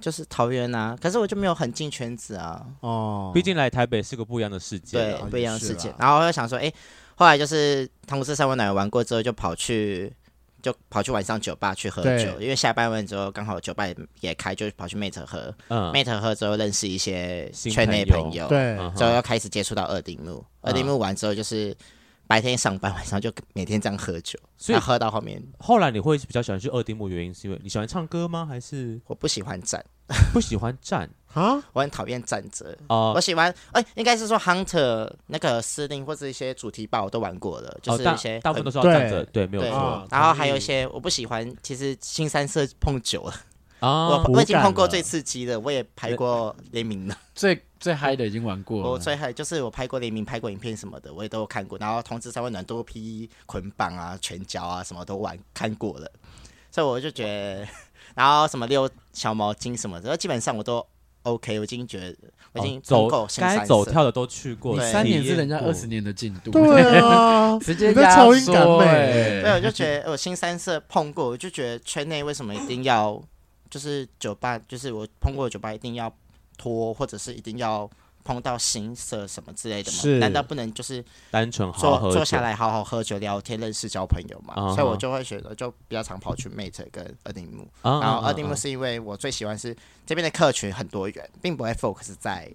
就是桃园啊。可是我就没有很进圈子啊，
哦，
毕竟来台北是个不一样的世界
对
啊。，
不一样的世
也是
界
啦。
然后我就想说，哎，后来就是同事三温奶玩过之后，就跑去。就跑去晚上酒吧去喝
对
酒，因为下班完之后刚好酒吧也也开，就跑去 Mate 喝、
嗯
m a t e 喝之后认识一些
新
圈内
朋友
朋友，
对，
嗯
之后
哼
又开始接触到二丁目，
嗯
二丁目完之后就是白天上班，晚上就每天这样喝酒，
所以
然后喝到后面
后来你会比较喜欢去二丁目，原因是因为你喜欢唱歌吗？还 是
我不喜欢站，
不喜欢站
啊，
我很讨厌站着。
啊？
我喜欢，哎、应该是说 Hunter 那个司令或者一些主题吧，我都玩过了，就
哦
是
大
一些
大部
很
分都是要
对
站着，对，没有
对
错
啊
然后还有一些我不喜欢，其实新三色碰久了，
啊
我我已经
无感
碰过
了
最刺激的，我也拍过联名了。
最最嗨的已经玩过了，
我最害就是我拍过联名，拍过影片什么的，我也都有看过。然后同志三温暖多批捆绑啊、拳脚啊什么都玩看过了，所以我就觉得，然后什么六小毛巾什么的，基本上我都 OK，我已经觉得我已经
哦
通过
走
新三
该
色
走跳的都去过，
你
对
三
体
年是
验
人家
过
二十年的进度，，
对啊
直接
你在
压
超音感
缩
美
欸
对，我就觉得我新三色碰过，我就觉得圈内为什么一定要就是酒吧，就是我碰过的酒吧一定要脱，或者是一定要碰到新色什么之类的吗
是？
难道不能就是
单纯好好
坐
喝
坐
酒
下来好好喝酒、聊天、认识、交朋友嘛
啊哈
所以我就会选择就比较常跑去 Mate 跟二丁目。
啊
然后二丁目
目
是因为我最喜欢是这边的客群很多元，并不会 focus 在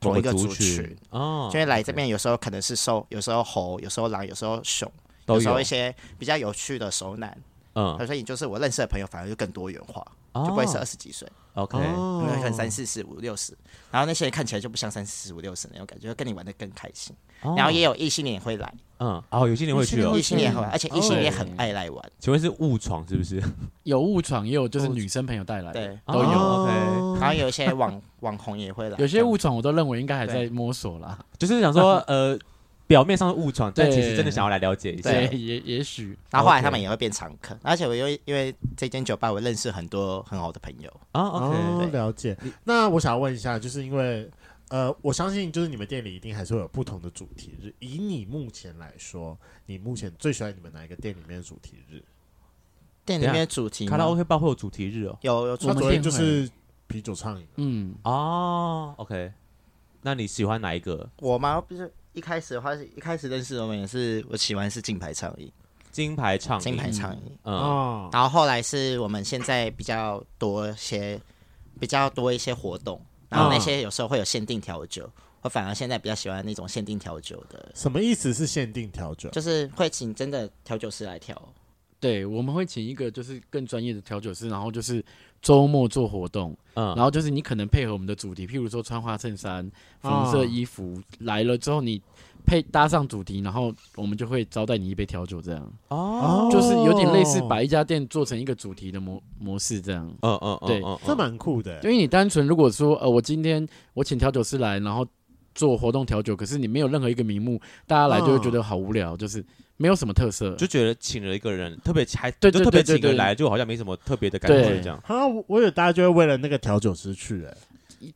同一个族群
群。哦
因，为来这边有时候可能是兽，有时候猴，有时候狼，有时候熊，
都
有时候
有
一些比较有趣的熟男，
嗯，
所以就是我认识的朋友反而就更多元化，
哦
就不会是二十几岁。嗯
OK，
哦
可能三四十五六十，然后那些人看起来就不像三四十五六十那种感觉，就跟你玩的更开心。
哦
然后也有异性恋也会来，
嗯，哦，有些人会去哦
异。性恋也会来，而且异性恋很
哦
爱来玩。
请问是误闯是不 是？
有误闯，也有就是
误
女生朋友带来的，
对
都有。
哦
OK
然后有一些网网红也会来，
有些误闯我都认为应该还在
对
摸索啦，
就是想 说呃，表面上是误闯，但
对
其实真的想要来了解一下。
对
也也也许
然后后来他
OK
们也会变常客，而且我又因为这间酒吧，我认识很多很好的朋友。
啊，OK，
哦，了解。那我想要问一下，就是因为呃，我相信就是你们店里一定还是会有不同的主题日。以你目前来说，你目前最喜欢你们哪一个店里面的主题日？
店里面的主题吗
啊卡拉 OK 吧会有主题日哦。
有有主
他
我们
题，
昨天
店
就是啤酒畅饮，
嗯，
哦，OK，那你喜欢哪一个？
我吗？不是一开始的话是一开始认识我们也是我喜欢是金牌倡议，
金牌唱，
金牌倡议。
嗯，
哦，
然后后来是我们现在比较多一些比较多一些活动，然后那
嗯
些有时候会有限定调酒，我反而现在比较喜欢那种限定调酒的，
什么意思是限定调酒？
就是会请真的调酒师来调。
对，我们会请一个就是更专业的调酒师，然后就是周末做活动，
嗯
然后就是你可能配合我们的主题，譬如说穿花衬衫、粉红
哦
色衣服、来了之后，你配搭上主题，然后我们就会招待你一杯调酒，这样、
哦，
就是有点类似把一家店做成一个主题的模模式这样。
嗯嗯嗯，
对
嗯
这蛮酷的欸。
因为你单纯如果说呃，我今天我请调酒师来，然后做活动调酒，可是你没有任何一个名目，大家来就会觉得好无聊，就是没有什么特色。
嗯就觉得请了一个人，特别还
对
就
对
特别
对对
请人
对
来，就好像没什么特别的感觉
对
这样。
啊，我我以为大家就会为了那个调酒师去哎。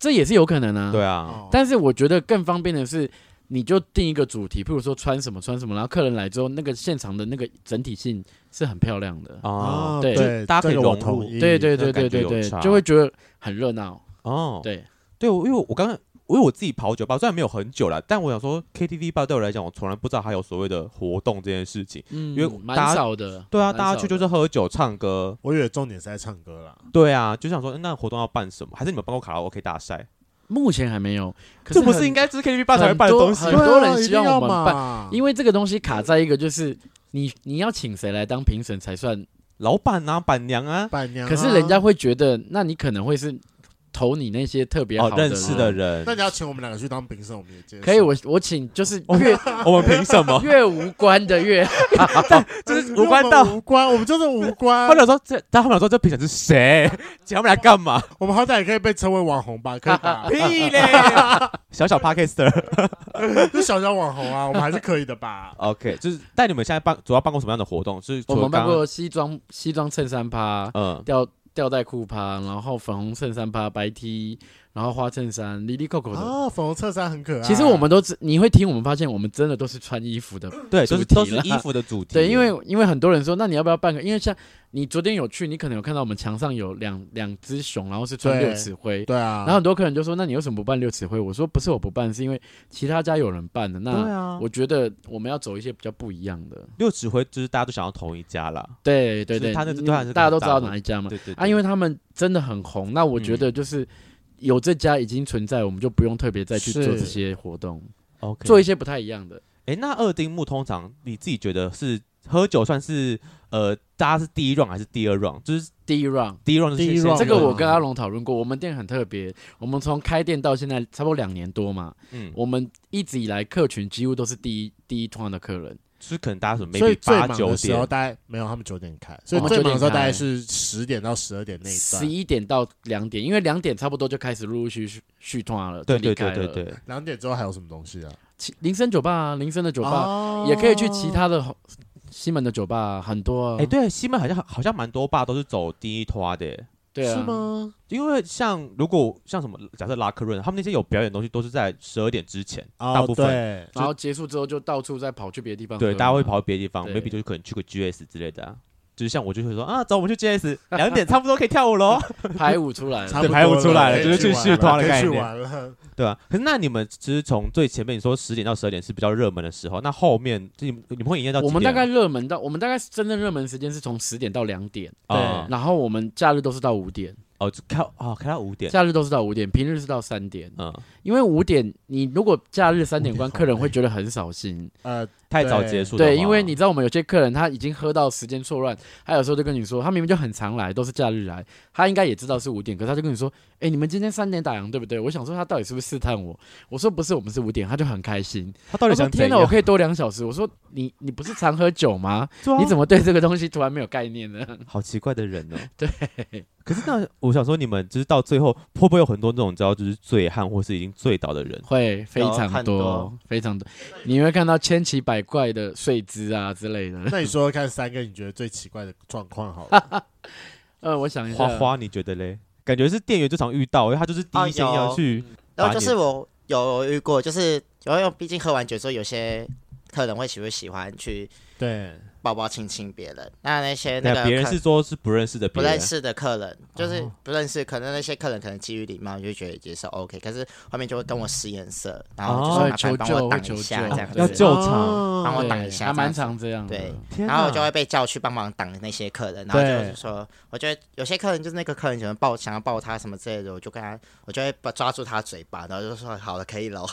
这也是有可能啊。
对啊，
哦
但是我觉得更方便的是，你就定一个主题，譬如说穿什么穿什么，然后客人来之后，那个现场的那个整体性是很漂亮的。
哦
哦
对
对，
大家可以
这个我
融入
同意
对对对
那
对
感觉
对
有
对
差，
就会觉得很热闹。
哦，
对，
对，我因为我刚刚因为我自己跑酒吧，虽然没有很久了，但我想说 KTV 吧对我来讲，我从来不知道还有所谓的活动这件事情。
嗯，
因为
蛮
大家
少的。
对啊，
蛮
大家
少
去就是
的
喝酒、唱歌。
我以为重点是在唱歌啦。
对啊，就想说嗯那活动要办什么？还是你们办过卡拉 OK 大赛？
目前还没有，可
这不是
很
应该就是 KTV 吧才会办的
很多
东西
很
吗？
多人
对啊
希望我们办
一定要嘛
因为这个东西卡在一个就是你你要请谁来当评审才算，
老板啊，板娘啊，
伴娘啊，
可是人家会觉得，那你可能会是投你那些特别好
哦，
的人、
认识的人
那，你要请我们两个去当评审，我们也接受
可以，我我请就是
我
越
们我们凭什 么？
越无关的 越
就是
因为
无关到
我们无关，我们就 是无关
他们。想说这，但他们想说这评审是谁？请他们来干嘛？？
我们好歹也可以被称为网红吧，可以吧
屁嘞！小小 parker。？
就小小网红啊，我们还是可以的吧
OK，就是 但你们现在办主要办过什么样的活动？是除
我
了
们办
刚刚
过西装西装衬衫趴、啊
嗯
吊吊带裤趴，然后粉红衬衫趴、白 T，然后花衬衫、里里扣扣的。
哦
啊，粉红衬衫很可爱。
其实我们都知，你会听我们发现，我们真的都是穿衣服的。
对，就是
主题
都是
啦
衣服的主题。
对，因为因为很多人说，那你要不要办个？因为像你昨天有去，你可能有看到我们墙上有两两只熊，然后是穿
对
六尺灰。
对啊，
然后很多客人就说：“那你为什么不办六尺灰？”我说：“不是我不办，是因为其他家有人办的。
对
那
啊，
嗯我觉得我们要走一些比较不一样的。
六指挥就是大家都想要同一家啦。
对对
是
对，
他那
你
当然是
大家
可能
都
大
知道
部分
哪一家嘛。
对对
啊，因为他们真的很红。那我觉得就是有这家已经存在，我们就不用特别再去做
是
这些活动，
OK
做一些不太一样的。
哎，那二丁目通常你自己觉得是喝酒算是呃，大家是第一 round 还是第二 round？就是
第一 round，
第一 round 就是
第一
先
round
这个我跟
嗯
阿龙讨论过，我们店很特别，我们从开店到现在差不多两年多嘛，
嗯，
我们一直以来客群几乎都是第一第一趟的客人，
就是可能大家准备
所以
maybe
最
八
忙
九
的时候
点，
大概没有他们九点开，所以
哦
最
9
忙的时候
点开
大概是十点到十二点那一
十
段，
一点到两点，因为两点差不多就开始陆陆续续续团了，
对
就
对
离开
对对
了。
对，
两点之后还有什么东西啊？
其林森酒吧啊，林森的酒吧、
哦
也可以去其他的西门的酒吧啊，很多、啊。
哎，对，西门好像好像蛮多吧，都是走第一拖的耶。
对啊，
是？吗？
因为像如果像什么，假设拉克润他们那些有表演的东西，都是在十二点之前，大
哦
部分
对，
然后结束之后就到处再跑去别的地方喝嘛。
对，大家会跑到别的地方
嗯对
，maybe 就是可能去个 GS 之类的啊。就是像我就会说啊，走，我们去 GS，两点差不多可以跳舞喽。
排舞出来 了。
差不
嗯
多
排不出来了
可
就
以
是去
玩
试
了
团的
可以
概
去
念
玩了。
对啊，可是那你们其实从最前面你说十点到十二点是比较热门的时候，那后面就你们你们会营业到几
我们大
点啊
概热门到我们大概真正热门时间是从十点到两点，
啊
然后我们假日都是到五点，
哦，就开哦开到五点，
假日都是到五点，平日是到三点。
嗯，
因为五点，你如果假日三点关，
5点好
客人会觉得很扫兴。
呃，
太
对
早结束的话
对，因为你知道我们有些客人他已经喝到时间错乱，他有时候就跟你说，他明明就很常来，都是假日来，他应该也知道是五点，可是他就跟你说，哎、你们今天三点打烊对不对？我想说他到底是不是试探我？我说不是，我们是五点，他就很开心。
他到底
他说
想
天
哪，
我可以多两小时。我说你你不是常喝酒吗？
对啊
你怎么对这个东西突然没有概念 呢？
好奇怪的人哦。
对，
可是那我想说，你们就是到最后会不会有很多那种叫就是醉汉或是已经醉倒的人？
会非常
很
多，
多
非常多，你会看到千奇百怪的睡姿啊之类的。
那你说说看三个你觉得最奇怪的状况好 了，
呃，我
嗯
想一下，
花
啊
花，你觉得嘞？感觉是店员就常遇到，因为他就是第一先要去，
哎然后就是我有遇过，就是因为毕竟喝完酒之后，有些客人会喜不喜欢去
对，
抱抱亲亲别人。那那些那
那
个
啊别人
客
是说是不认识的
不
别人
认，识的客人，就是
哦
不认识，可能那些客人可能基于礼貌就觉得接受 OK，可是后面就会跟我使眼色，然后就
哦
说麻烦
求
帮
救
我
会
挡
求
一下
救
这
啊
样
要
子，
救场
帮
场
我
对
挡一下
还
这
蛮
样子
常这样的。
对
天
然后我就
哪
会被叫去帮忙挡那些客人，然后
对
就是说，我觉得有些客人就是那个客人喜欢抱，想要抱他什么之类的，我就跟他，我就会把抓住他嘴巴，然后就说好了，可以 了，哦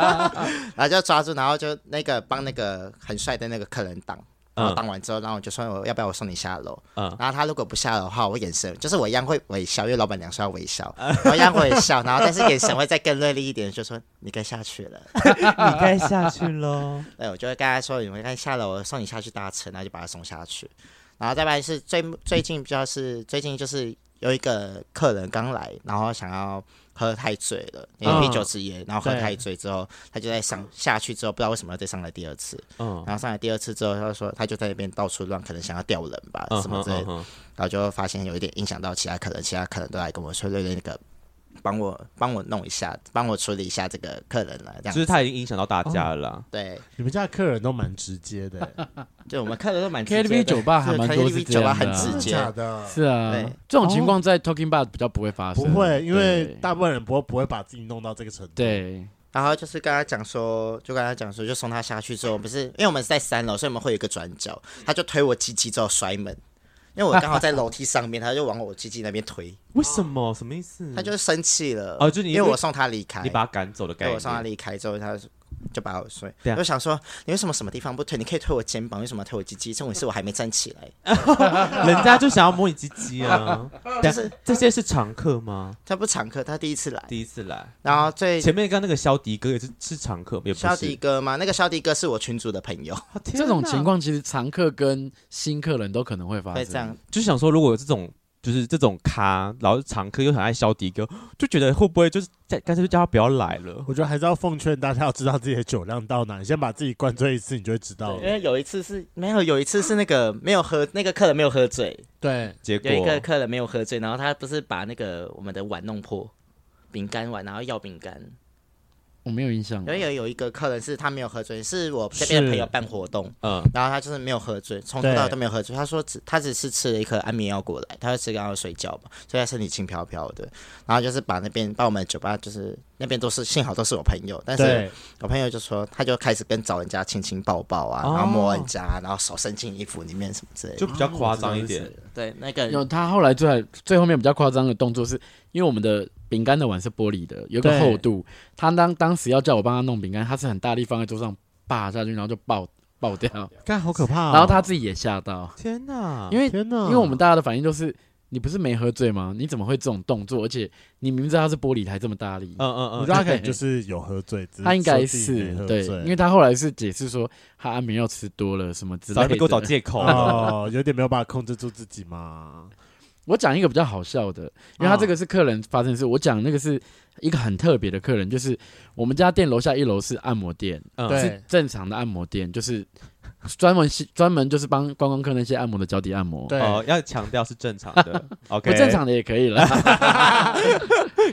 然后就抓住，然后就那个帮那个很帅的那个客人挡。然后
嗯
挡完之后，然后我就说我要不要我送你下楼？
嗯
然后他如果不下楼的话，我眼神就是我一样会微笑，因为老板娘说要 微笑，我一样会微笑，然后但是眼神会再更锐利一点，就说你该下去了。
你该下去 哦喽。
对，我就会跟他说，你们看下楼，我送你下去搭车，然后就把他送下去。然后再不然是最最近比较是最近就是有一个客人刚来，然后想要喝太醉了，因
嗯
为啤酒之夜，然后喝
对
太醉之后，他就在上下去之后，不知道为什么要再上来第二次，
嗯，
然后上来第二次之后，他就说他就在那边到处乱，可能想要吊人吧，
嗯
什么
哼
之类
嗯。
的
哼
然后就发现有一点影响到其他客人，其他客人都来跟我说，瑞瑞那个帮我帮我弄一下，帮我处理一下这个客人了，这样
就是
子。哦
他已经影响到大家了啦。
对，
你们家的客人都蛮直接的 欸，
对，我们客人都蛮直接的
KTV 酒吧还
对
蛮多是
KTV
这
酒
样
吧
的
很
啊
直
真的
接，
假的？
是啊
对，
这种情况在 Talking Bar 比较不会发生，
不会，因为
对
大部分人不会不会把自己弄到这个程度。，
对
然后就是跟他讲说，就跟他讲说，就送他下去之后，不是因为我们是在三楼，所以我们会有一个转角，他就推我鸡鸡之后摔门，因为我刚好在楼梯上面，他就往我鸡鸡那边 推，
为什么？什么意思？
他就生气了。
哦就你
因为我送他离开，
你把他赶走的概
对
念
我。送他离开之后，他就把我摔。
对啊
我就想说，你为什么什么地方不推？你可以推我肩膀，为什么要推我鸡鸡？重点是我还没站起来。
人家就想要摸你鸡鸡啊！ 但
是
这些是常客吗？
他不常客，他第一次来。
第一次来，
然后最
前面刚那个肖迪哥也是是常客，也不是
肖迪哥嘛，那个肖迪哥是我群主的朋友，
啊天
这种
哪
情况，其实常客跟新客人都可能会发
会
生。
这样，
就是想说，如果有这种就是这种咖，然后常客又很爱肖迪哥，就觉得会不会就是在干脆就叫他不要来了？
我觉得还是要奉劝大家要知道自己的酒量到哪，你先把自己灌醉一次，你就会知道
因
了。
为有一次是没有，有一次是那个没有喝，那个客人没有喝醉，
对，
结
有一
果
个客人没有喝醉，然后他不是把那个我们的碗弄破，饼干碗，然后要饼干。
我没有印象
嗯
因
了。
为有有一个客人是他没有喝醉，是我这边的朋友办活动，
嗯，
然后他就是没有喝醉，从头到尾都没有喝醉。他说只他只是吃了一颗安眠药过来，他就吃刚刚睡觉嘛，所以他身体轻飘飘的。然后就是把那边把我们酒吧就是那边都是幸好都是我朋友，但是
对，
我朋友就说他就开始跟找人家亲亲抱抱啊，
哦
然后摸人家，然后手伸进衣服里面什么之类的。
就比较夸张一点。
对那
嗯
个
有他后来最最后面比较夸张的动作是，因为我们的饼干的碗是玻璃的，有一个
对
厚度。他当当时要叫我帮他弄饼干，他是很大力放在桌上，啪下去，然后就爆爆掉，
干好可怕哦。哦
然后他自己也吓到，
天哪！
因为
天哪，
因为我们大家的反应都是，你不是没喝醉吗？你怎么会这种动作？而且你明知道他是玻璃，还这么大力。
嗯嗯
我
嗯
觉得他可能就是有喝醉，只
他应该
哦说自己
是
没喝
对，
醉
因为他后来是解释说他安眠药吃多了什么
嗯，
之类
早
的。
点给我找借口。
哦，有点没有办法控制住自己嘛。
我讲一个比较好笑的，因为他这个是客人发生的事，我讲那个是一个很特别的客人，就是我们家店楼下一楼是按摩店，
嗯
对
是正常的按摩店，就是专门是专门就是帮观光客那些按摩的脚底按摩，
对，
哦，要强调是正常的，OK，
不正常的也可以了。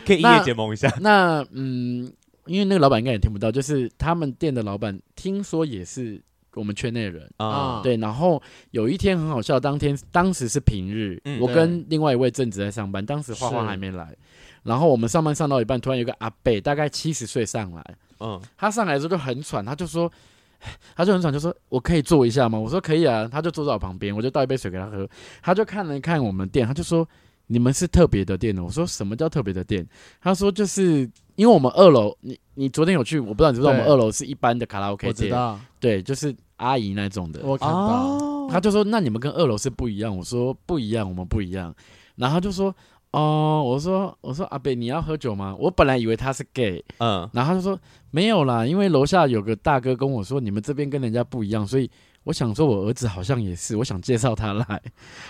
可以音乐结盟一下。
那嗯，因为那个老板应该也听不到，就是他们店的老板听说也是我们圈内人。
啊，
对，然后有一天很好笑，当天当时是平日，
嗯
我
对
跟另外一位正职在上班，当时花花
是
还没来，然后我们上班上到一半，突然有个阿伯，大概七十岁上来，
嗯，
他上来之后就很喘，他就说，他就很喘，就说我可以坐一下吗？我说可以啊，他就坐在我旁边，我就倒一杯水给他喝，他就看了看我们店，他就说。你们是特别的店呢？哦我说什么叫特别的店？他说就是因为我们二楼，你你昨天有去，我不知道你知不知道，我
对
们二楼是一般的卡拉
我
OK
知
店，
道，啊
对，就是阿姨那种的。
我看到，
哦，
他就说那你们跟二楼是不一样，我说不一样，我们不一样。然后他就说哦，我说我说阿北你要喝酒吗？我本来以为他是 gay，
嗯，
然后他就说没有啦，因为楼下有个大哥跟我说你们这边跟人家不一样，所以我想说我儿子好像也是，我想介绍他来。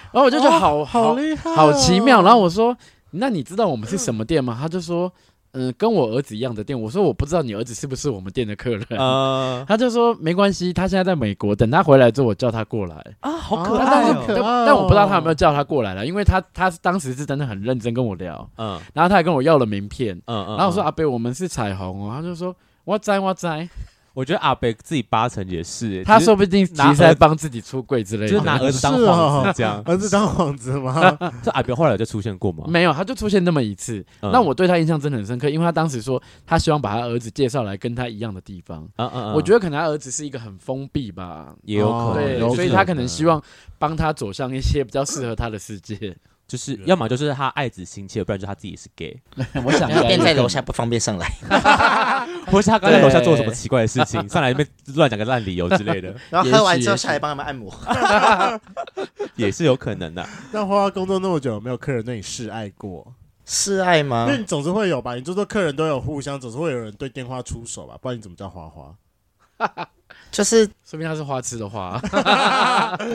然后我就觉得好、
好
好
厉害哦，
啊好奇妙。然后我说那你知道我们是什么店吗？他就说嗯、跟我儿子一样的店。我说我不知道你儿子是不是我们店的客人。
呃
他就说没关系，他现在在美国，等他回来之后我叫他过来。
啊，好
可
可
爱
爱
哦
哦，
但
爱哦
但我不知道他有没有叫他过来了，因为他他当时是真的很认真跟我聊，
嗯
然后他还跟我要了名片，
嗯嗯。
然后我说阿贝我们是彩虹哦，他就说我摘我摘，
我觉得阿北自己八成也是，
他
只是
说不定其实在帮自己出柜之类
就是
的，
拿儿子当
是哦
幌子这样。
儿子当幌子 吗？
这阿北后来有就出现过吗？
没有，他就出现那么一次，
嗯
那我对他印象真的很深刻，因为他当时说他希望把他儿子介绍来跟他一样的地方，
嗯嗯，
我觉
得
得可能他儿子是一个很封闭吧。
也有
哦
可
对
能，就是
所以他可能希望帮他走向一些比较适合他的世界。
就是要么就是他爱子心切，不然就是他自己是 gay，
我想
然后
要
便在楼下不方便上来。
或是他刚才楼下做什么奇怪的事情，上来那边乱讲个烂理由之类的，
然后喝完
也许
之后
也许
下来帮他们按摩，
也是有可能的。
那花花工作那么久，有没有客人对你示爱过？
示爱吗
那？你总是会有吧？你就说客人都有互相，总是会有人对电话出手吧？不然你怎么叫花花？
就是
说明他是花 痴的话，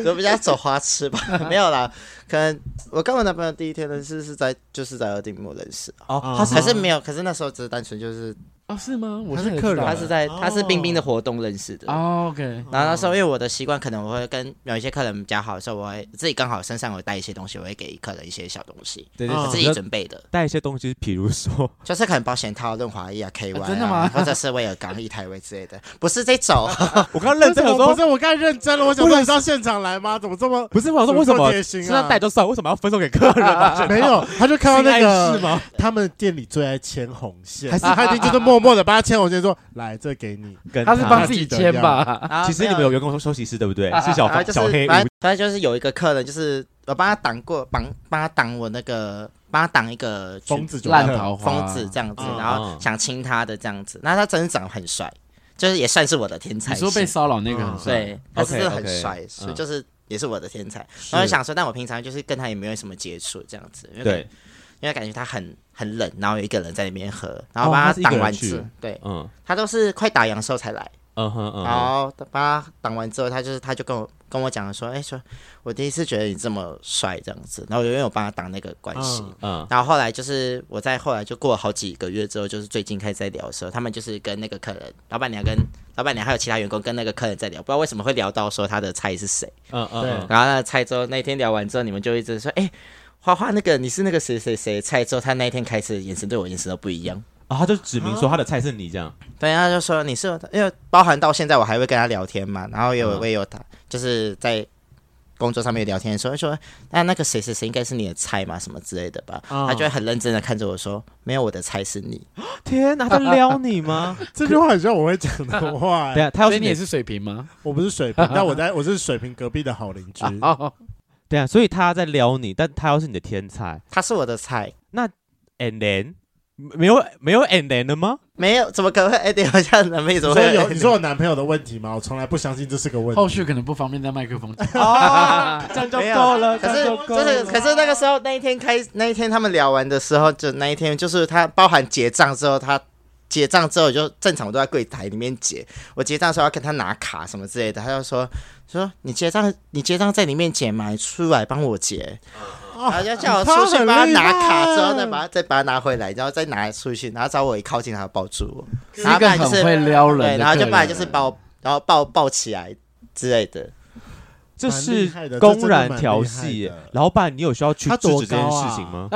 我比较走花痴 吧，没有啦。可能我跟我男朋友第一天认识是在就是在二丁目认识
哦，
啊，
啊
他是
可是没有，可是那时候只是单纯就是
啊，是吗？我
他
现
是
在
客
知道
人
他是在
哦
他是冰冰的活动认识的。
哦，OK，
然后那时候，因为我的习惯，可能我会跟有一些客人比较好的时候，我会自己刚好身上有带一些东西，我会给客人一些小东西，
对
啊
我自
对，
己
对，
准备的，
带一些东西，比如 说
就是可能保险套、润滑液啊、K Y
啊真的吗
啊，或者是威尔刚、一台威之类的，不是这 种，
我刚刚认真
为
的
什么
说，
不是我刚才认真了，我想说你到现场来吗？怎么这么
不是我想说为什
这么
么
贴心啊
身上带就算，为什么要分送给客人啊？
没 有？他就看到那
是
个
吗？
他们店里最爱牵红线，
还
还
是啊
是他一定就是默默的帮他牵红线，说来这给你。
跟
他是帮
他
自己
记得
签
要
吧？
然
啊
后
其实
啊没
你们有员工休息室对不对？是小
然后
方
啊就是
小黑屋
反正反正就是有一个客人，就是我帮他挡过，帮帮他挡我那个，帮他挡一个群
疯子酒
烂
客
桃花，
疯子这样子
嗯，
然后想亲他的这样子。那他真的长得很帅，就是也算是我的天才
你
型。
说被骚扰那个很帅，
对，他是真的很帅，
嗯
是就是也是我的天才。然后就想说，但我平常就是跟他也没有什么接触这样子，因为感
对
觉，因为感觉他很很冷，然后有一个人在那边喝，然
哦
后帮
他是一个
挡
人
完
去
之，对
嗯
他都是快打烊的时候才来。
嗯哼嗯
然
哼，
后帮他挡完之后，他就是他就跟我跟我讲了说，哎、说我第一次觉得你这么帅这样子，然后我因为我帮他挡那个关系。
嗯
嗯
然后后来就是我在后来就过了好几个月之后，就是最近开始在聊的时候，他们就是跟那个客人、老板娘跟老板娘还有其他员工跟那个客人在聊，不知道为什么会聊到说他的菜是谁。
嗯嗯，
然后那个菜之后那天聊完之后，你们就一直说，哎、花花那个你是那个谁谁谁菜之后，他那一天开始眼神对我眼神都不一样。
啊，他就指明说他的菜是你这样，
对，他就说你是我的因为包含到现在我还会跟他聊天嘛，然后也
嗯
有、我也有他就是在工作上面聊天说说哎那那个谁谁谁应该是你的菜嘛什么之类的吧，
嗯
他就会很认真的看着我说没有我的菜是你，
天哪，他撩你吗？
这句话很像我会讲的话、
对
欸。
啊，他要
所
是
以你
你
也嗯是水瓶 吗？
我不是水 瓶，但我在我是水瓶隔壁的好邻
啊
居。
哦，
对啊，所以他在撩你，但他要是你的天才
他是我的菜，
，and then 没有没有 and then 了吗？
没有怎么可能会？哎，对，我这样男朋友怎
你
么
说
会
有你说我男朋友的问题吗？我从来不相信这是个问
后
题。
续可能不方便在麦克风讲。
啊， 这样就
没有
够了，这
可
样
是
就够
真的，
了。
可是那个时候那一天开那一天他们聊完的时候，就那一天就是他包含结账之后，他结账之后就正常我都在柜台里面结，我结账的时候要跟他拿卡什么之类的，他就说说你结账你结账在里面结嘛，你出来帮我结，
啊
然后就叫我出去帮他拿卡，之后再把他再把它拿回来，然后再拿出去，然后找我一靠近他抱住我，
是
然
一
后不
个
然就
很
是
会撩人的
对，然后就
客人
不然就是把我然后抱抱起来之类的。
这
蛮厉
是
害的这真
公
的
然
蛮
调
厉害
戏
的，
老板，你有需要去
他
制
多
止这件
高
事
啊
情吗？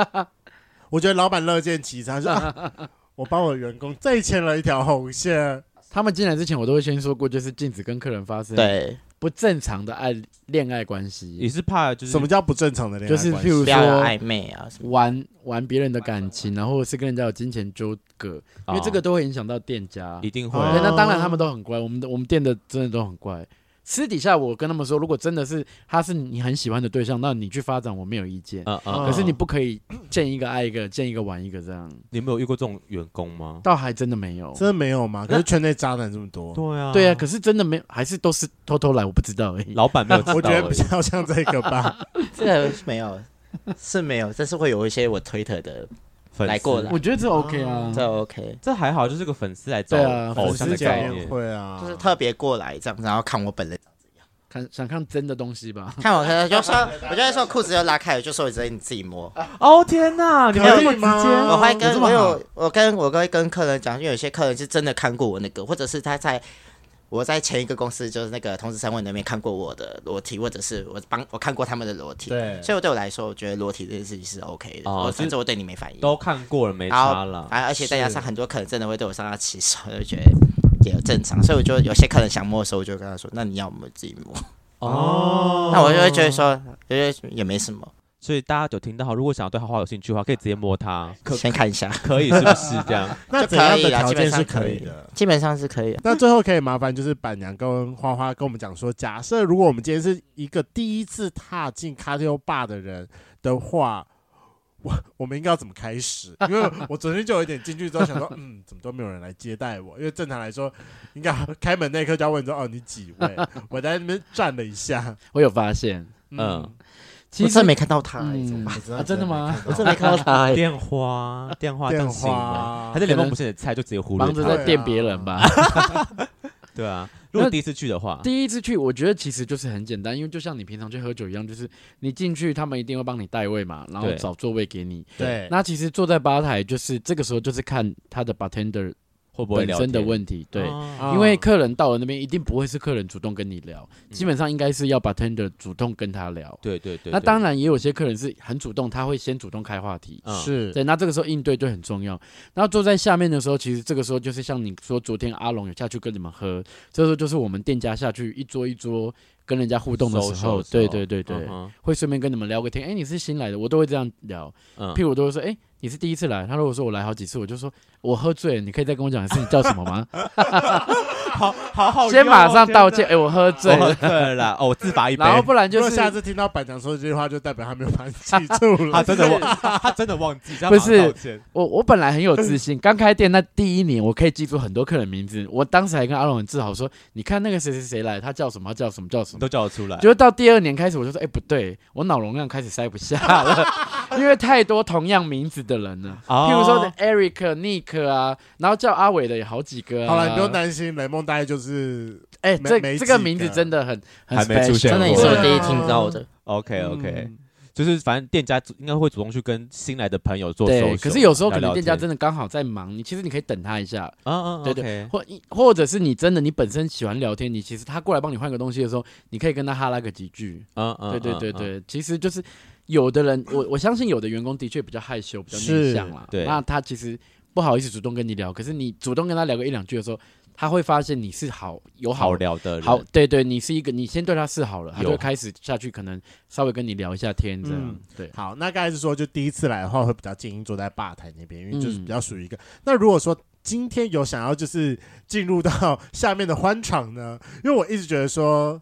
我觉得老板乐见其成，他说、啊、 我帮我员工再牵了一条红线。
他们进来之前，我都会先说过，就是禁止跟客人发生
对，
不正常的爱恋爱关
也
系，
是怕就是
什么叫不正常的恋爱
就是
关
譬如
系
不要有
说
暧昧啊什么。
玩玩别人的感情，然后或者是跟人家有金钱纠葛，因为这个
哦
都会影响到店家。
一定会嗯
哦
嗯
对，那当然他们都很乖，我们的我们店的真的都很乖，私底下我跟他们说，如果真的是他是你很喜欢的对象，那你去发展我没有意见。
啊啊！
嗯
可是你不可以见一个爱一个，见一个玩一个这样，
你没有遇过这种员工吗？
倒还真的没
哦
有。
真的没有吗？可是圈内渣男这么多，
对啊，
对啊，可是真的没有，还是都是偷偷来，我不知道而欸 已。
老板没有啊知道而已，
我觉得比较像这个吧。
这个 没有，是没有，但是会有一些我推特的，
粉丝
来过来
我觉得这 OK 啊，
这 OK，
这还好，就是个粉丝来找
对啊
偶
粉
像
丝
的
见
概
面
念。
会啊，
就是特别过来这样，然后看我本人，
看想看真的东西吧。
看我，他就说，我就会说裤子就拉开，我就说我直接你自己摸。
哦天哪，你们这么直
吗？
接，
我会
有这
跟
么
我
好
有我跟我会跟客人讲，因为有些客人是真的看过我那个，或者是他在我在前一个公司就是那个同事三位那边看过我的裸体，或者是我帮我看过他们的裸体，
对
所以对我来说，我觉得裸体这件事情是 OK 的，
哦
我
就是
反正我对你没反应，
都看过了没
然
差
后
了。
啊反正而且再加上
是
很多客人真的会对我上下其手，我就觉得。也正常，所以我就有些客人想摸的时候，我就跟他说：“那你要我们自己摸。
哦，
那我就会觉得说，觉得也没什么，
所以大家有听到，如果想要对花花有兴趣的话，可以直接摸他，
先看一下，
可以是不是这样？
那
就
怎样
啊
可以
的
啦
条
基
件
本
是
上
可
可
以
以
的？
基本上是可以啊的。
那最后可以麻烦就是板娘跟花花跟我们讲说，假设如果我们今天是一个第一次踏进卡迪欧坝的人的话，我我们应该要怎么 开始？因为我昨天就有一点进去之后想说，嗯，怎么都没有人来接待我？因为正常来说，应该开门那一刻就要问说，哦，你几位？我在那边站了一下，
我有发现，
嗯，
其
我
实
真没看到他、欸，怎么
嗯
办
我知道
啊真的吗
我
我
真
真
的
没看到他、欸。
电话电话
没看到
更行为，
电话
哎
啊
还是联盟不是你的菜，就直接忽略
忙着
他。
在电别人吧。
对啊，如果第一次去的话，
第一次去，我觉得其实就是很简单，因为就像你平常去喝酒一样，就是你进去，他们一定会帮你带位嘛，然后
对
找座位给你。
对，
那其实坐在吧台，就是这个时候就是看他的 bartender
会不会
本
聊
身的
天
问题，对。
哦嗯
啊
因为客人到了那边，一定不会是客人主动跟你聊，基本上应该是要 bartender 主动跟他聊。
对对对，
那
对
当然也有些客人是很主动，他会先主动开话题。
嗯
是
对，那这个时候应对就很重要。然后坐在下面的时候，其实这个时候就是像你说，昨天阿龙有下去跟你们喝，这时候就是我们店家下去一桌一桌跟人家互动的时
social
候，
的时
对
候
对对对，
嗯哼
会顺便跟你们聊个天。哎，你是新来的，我都会这样聊。
嗯
譬如我都会说，哎，你是第一次来。他如果说我来好几次，我就说我喝醉了，你可以再跟我讲一次你叫什么吗？
好好好用哦，
先马上道
天
歉，哎，我喝醉
哪，我
了。
喝醉了，哦，我自罚一杯
然。后不然
如
就
果
是
下次听到板娘说这句话，就代表他没有把你记住了
他。真的忘，他真的忘记，这样
不
马上
是
道歉
我我本来很有自信，刚开店那第一年，我可以记住很多客人名字。我当时还跟阿龙很自豪说：“你看那个谁谁谁来，他叫什么，他叫什么，叫什
你
么。
都叫得出来”
就。是到第二年开始，我就说：“哎、不对，我脑容量开始塞不下了， 因为太多同样名字的人了。
哦
譬如说 Eric、Nick 啊，然后叫阿伟的有好几个、啊。
好了，你不用担心，雷梦大概就是
哎、
没
这
没
这
几个
个名字真的很很
还没出
special
现
真的，
过
你是我第一听到的。
OK OK，
嗯
就是反正店家主应该会主动去跟新来的朋友做
对，
social，
可是有时候可
聊
能
聊
店家
天
真的刚好在忙，你其实你可以等他一下，
啊啊，
对
OK
或或者是你真的你本身喜欢聊天，你其实他过来帮你换个东西的时候，你可以跟他哈拉个几句。
嗯嗯，
对对
嗯
对，
嗯
对，其实就是有的人，我我相信有的员工的确比较害羞，比较内
是
向啦。
对
那他其实不好意思主动跟你聊，可是你主动跟他聊个一两句的时候，他会发现你是好有好
好聊的人
好，对对，你是一个你先对他示好了，他就
有
会开始下去可能稍微跟你聊一下天这样。
嗯
对，
好，那刚才是说，就第一次来的话，会比较建议坐在吧台那边，因为就是比
嗯
较属于一个。那如果说今天有想要就是进入到下面的欢场呢，因为我一直觉得说。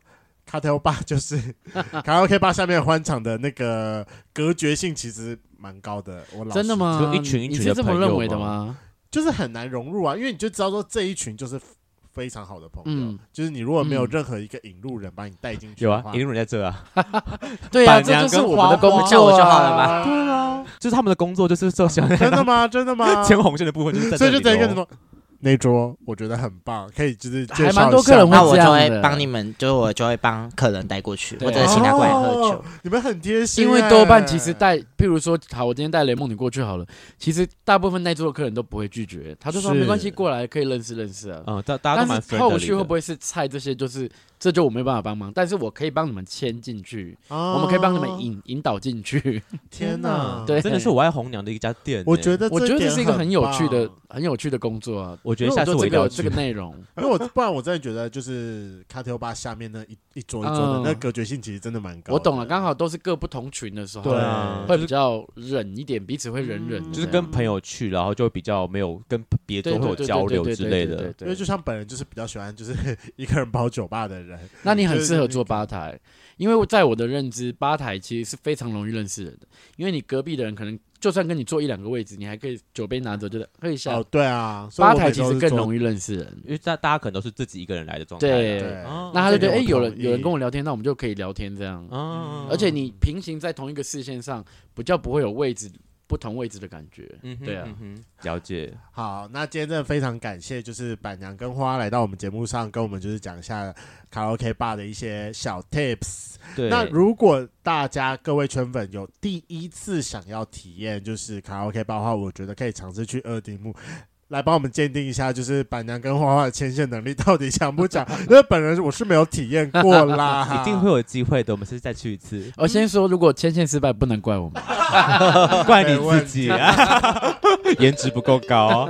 卡特吧就是 卡拉 OK 吧下面的欢场的那个隔绝性其实蛮高的，我老实
真的吗？
就一群一群
你
的
是这么
朋友
认为的
吗
吗？
就是很难融入啊，因为你就知道说这一群就是非常好的朋友，
嗯
就是你如果没有
嗯
任何一个引路人把你带进去
有
的
啊
话，，
一路人在这啊，
对啊，
板
这
娘
就是
跟
我们的
花花
工
叫
作
我
啊。
就好了吗？
对啊，
就是他们的工作就是就想
真的吗？真的 吗？
牵红线的部分就是在这
所以
里
就
咯，
直接跟你说，那桌我觉得很棒，可以就是介绍一下
还蛮多客人会
那我
这样
就
的
会帮你们，就是我就会帮客人带过去，
对
或者请他过来喝酒
哦。你们很贴心欸，
因为多半其实带，譬如说，好，我今天带雷梦你过去好了。其实大部分那桌的客人都不会拒绝，他就说
是
没关系，过来可以认识认识啊。
嗯，大大家都蛮 friendly 的
但是后续会不会是菜这些，就是这就我没办法帮忙，但是我可以帮你们牵进去，
哦，
我们可以帮你们引引导进去。
天哪，
对
真的是我爱红娘的一家店欸，
我觉得
我觉得这
点
是一个很有趣的
棒、
很有趣的工作啊。
我觉
因
得
为
下
我
次
做
我
这
一定要
个
去
这个 内容，
因为我不然我真的觉得就是卡特吧下面那一一桌一桌的
嗯
那隔绝性其实真的蛮高的。
我懂了，刚好都是各不同群的时
对
候，
啊
会比较忍一点，彼此会忍
嗯
忍，
就是
这样
跟朋友去，然后就比较没有跟别
对
桌会有
对对对
交流
对
之
对
类
对对
的。
对
因为就像本人就是比较喜欢就是一个人跑酒吧的人，人。
那你很适合做吧台，因为在我的认知，吧台其实是非常容易认识人的，因为你隔壁的人可能就算跟你坐一两个位置，你还可以酒杯拿着，就是喝一下
哦。，对啊，所以
吧
我
台
每
其
周
实
是
更
做
容易认识人，
因为大大家可能都是自己一个人来的状态啦。
对
对
哦
那他就觉得哎、
这个我
有人
同意
有人跟我聊天，那我们就可以聊天这样。
嗯
而且你平行在同一个视线上，比较不会有位置不同位置的感觉。
嗯哼
对啊
嗯哼了解。
好，那今天真的非常感谢，就是板娘跟花来到我们节目上，跟我们就是讲一下卡拉 OK 吧的一些小 tips。
对，
那如果大家各位圈粉有第一次想要体验就是卡拉 OK 吧的话，我觉得可以尝试去二丁目。来帮我们鉴定一下，就是板娘跟花花的牵线能力到底强不 强？因为本人我是没有体验过啦，
一定会有机会的，我们是再去一
，
次
我哦先说，如果牵线失败，不能怪我们。
怪你自己，啊 颜值不够高。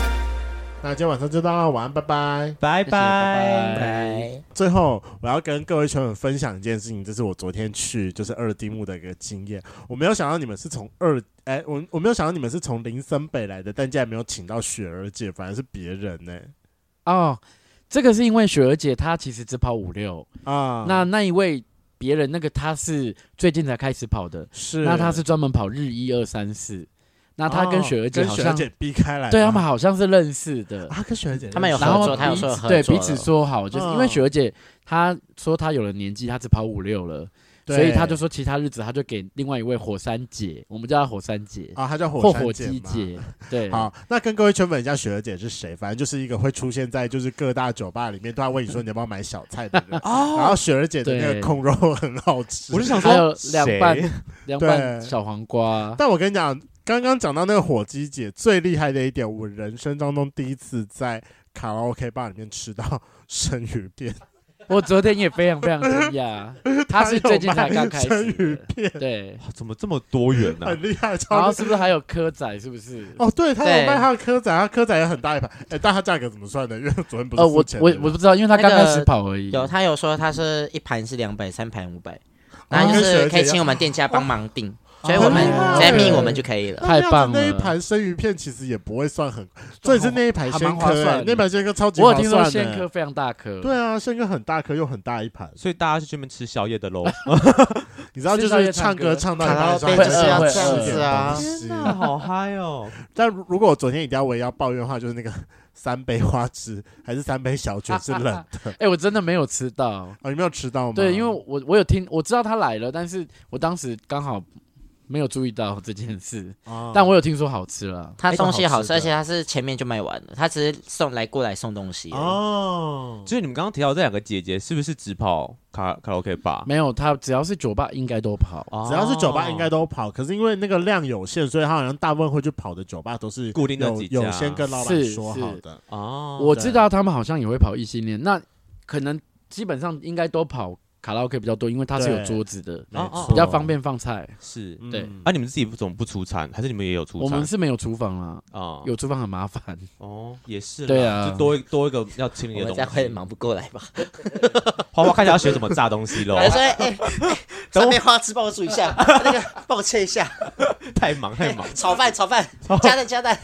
那今天晚上就到这，晚安，拜拜。
拜
谢谢拜
拜。
拜。
最后，我要跟各位圈粉分享一件事情，这是我昨天去就是二丁目的一个经验。我没有想到你们是从二，哎、我我没有想到你们是从林森北来的，但竟然没有请到雪儿姐，反而是别人呢、
哦，这个是因为雪儿姐她其实只跑五六，
啊，
那那一位别人那个她是最近才开始跑的，
是哦
那她是专门跑日一二三四，那她跟雪儿姐
跟
好
雪儿
像
姐避开来吗，
对他们好像是认识的，
啊，跟雪儿姐
他们有
认识
然后
合作他有
彼
说
此
合
对
作
彼
了
此说好，就是因为
嗯
雪儿姐她说她有了年纪，她只跑五六了，所以
对
她就说其他日子她就给另外一位火山姐，我们叫她火山姐
啊，她叫火
或
山
火
姐
鸡
嘛。
姐，对，
好，那跟各位圈粉一下，雪儿姐是谁？反正就是一个会出现在就是各大酒吧里面，都要问你说你要不要买小菜的人。
哦
然后雪儿姐的那个
对
控肉很好吃，
我是想
还
说
有，两瓣
谁
凉
对
拌小黄瓜，
但我跟你讲，刚刚讲到那个火鸡姐最厉害的一点，我人生当中第一次在卡拉 OK 吧里面吃到生鱼片，
我昨天也非常非常惊 讶，她是最近才刚开
生鱼
始
片
的，对，
哇怎么这么多元
啊
啊呢、
很厉害，
然
超
后
厉
是不是还有蚵仔？是不是？
哦，对，他有
对
卖他的蚵仔，他蚵仔也很大一盘，哎，但他价格怎么算的？因为昨天不是
呃，我
付钱的
我我不知道，因为她刚开
那
始
个
跑而已。
有，他有说他是一盘是两百，三盘五百，
然
然
后
后就
跟雪儿姐
是可以
一
请
样
我们店家帮忙订，
哦
所以我们
很厉害
直接命我们就可以了。
那
太
那样子
棒
那一
了
盘生鱼片其实也不会算很，所以是那一盘
还
鲜
蛮划
科，
算
哎
的
那盘鲜科超级
我
划
有听说
算
仙科
的。
非常大颗，
对啊，鲜科很大颗又很大一盘，
所以大家是专门吃宵夜的喽。
你知道就是唱歌唱到一半的时候
拉 OK
卡
就是要
还是要
这样
吃
子啊
点东西。
好嗨哦！
但如如果我昨天一定要我也要抱怨的话，就是那个 三杯花枝还是三杯小 卷是冷的
哎，我真的没有吃到。
哦，你没有吃到吗？
对，因为我我有听，我知道他来了，但是我当时刚好没有注意到这件事，
啊
但我有听说好吃了。
他东西
哎这
好
好吃的
吃，而且他是前面就卖完了，他只是送来过来送东西而已。
哦，
就是你们刚刚提到这两个姐姐，是不是只跑卡卡拉 OK 吧？
没有，他只要是酒吧应该都跑。
只要是酒吧应该都跑，可是因为那个量有限，所以他好像大部分会去跑的酒吧都是
固定的
有
几家
有先跟老板
是
说
是
好的。
哦，
我知道他们好像也会跑异性恋，那可能基本上应该都跑卡拉 OK 比较多，因为它是有
对
桌子的，
没
哦哦
错
比较方。便放菜。
是。
嗯
对
啊，你们自己怎么不出餐？还是你们也有出餐？
我们是没有厨房啦，
啊，
有厨房很麻烦。
哦，也是啦，
对啊
就多一多一个要清理
我
的
们
东
再会
西。
忙不过来吧？
花花看起来要学怎么炸东西喽
我，说哎，哎三杯花枝帮我煮一下，那个帮我切一下，
太忙太 忙。
炒饭炒饭，加蛋加蛋，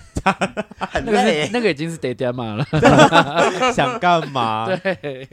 很
那个
累
是。那个已经是 d a d a m a 了。
啊想干嘛？
对。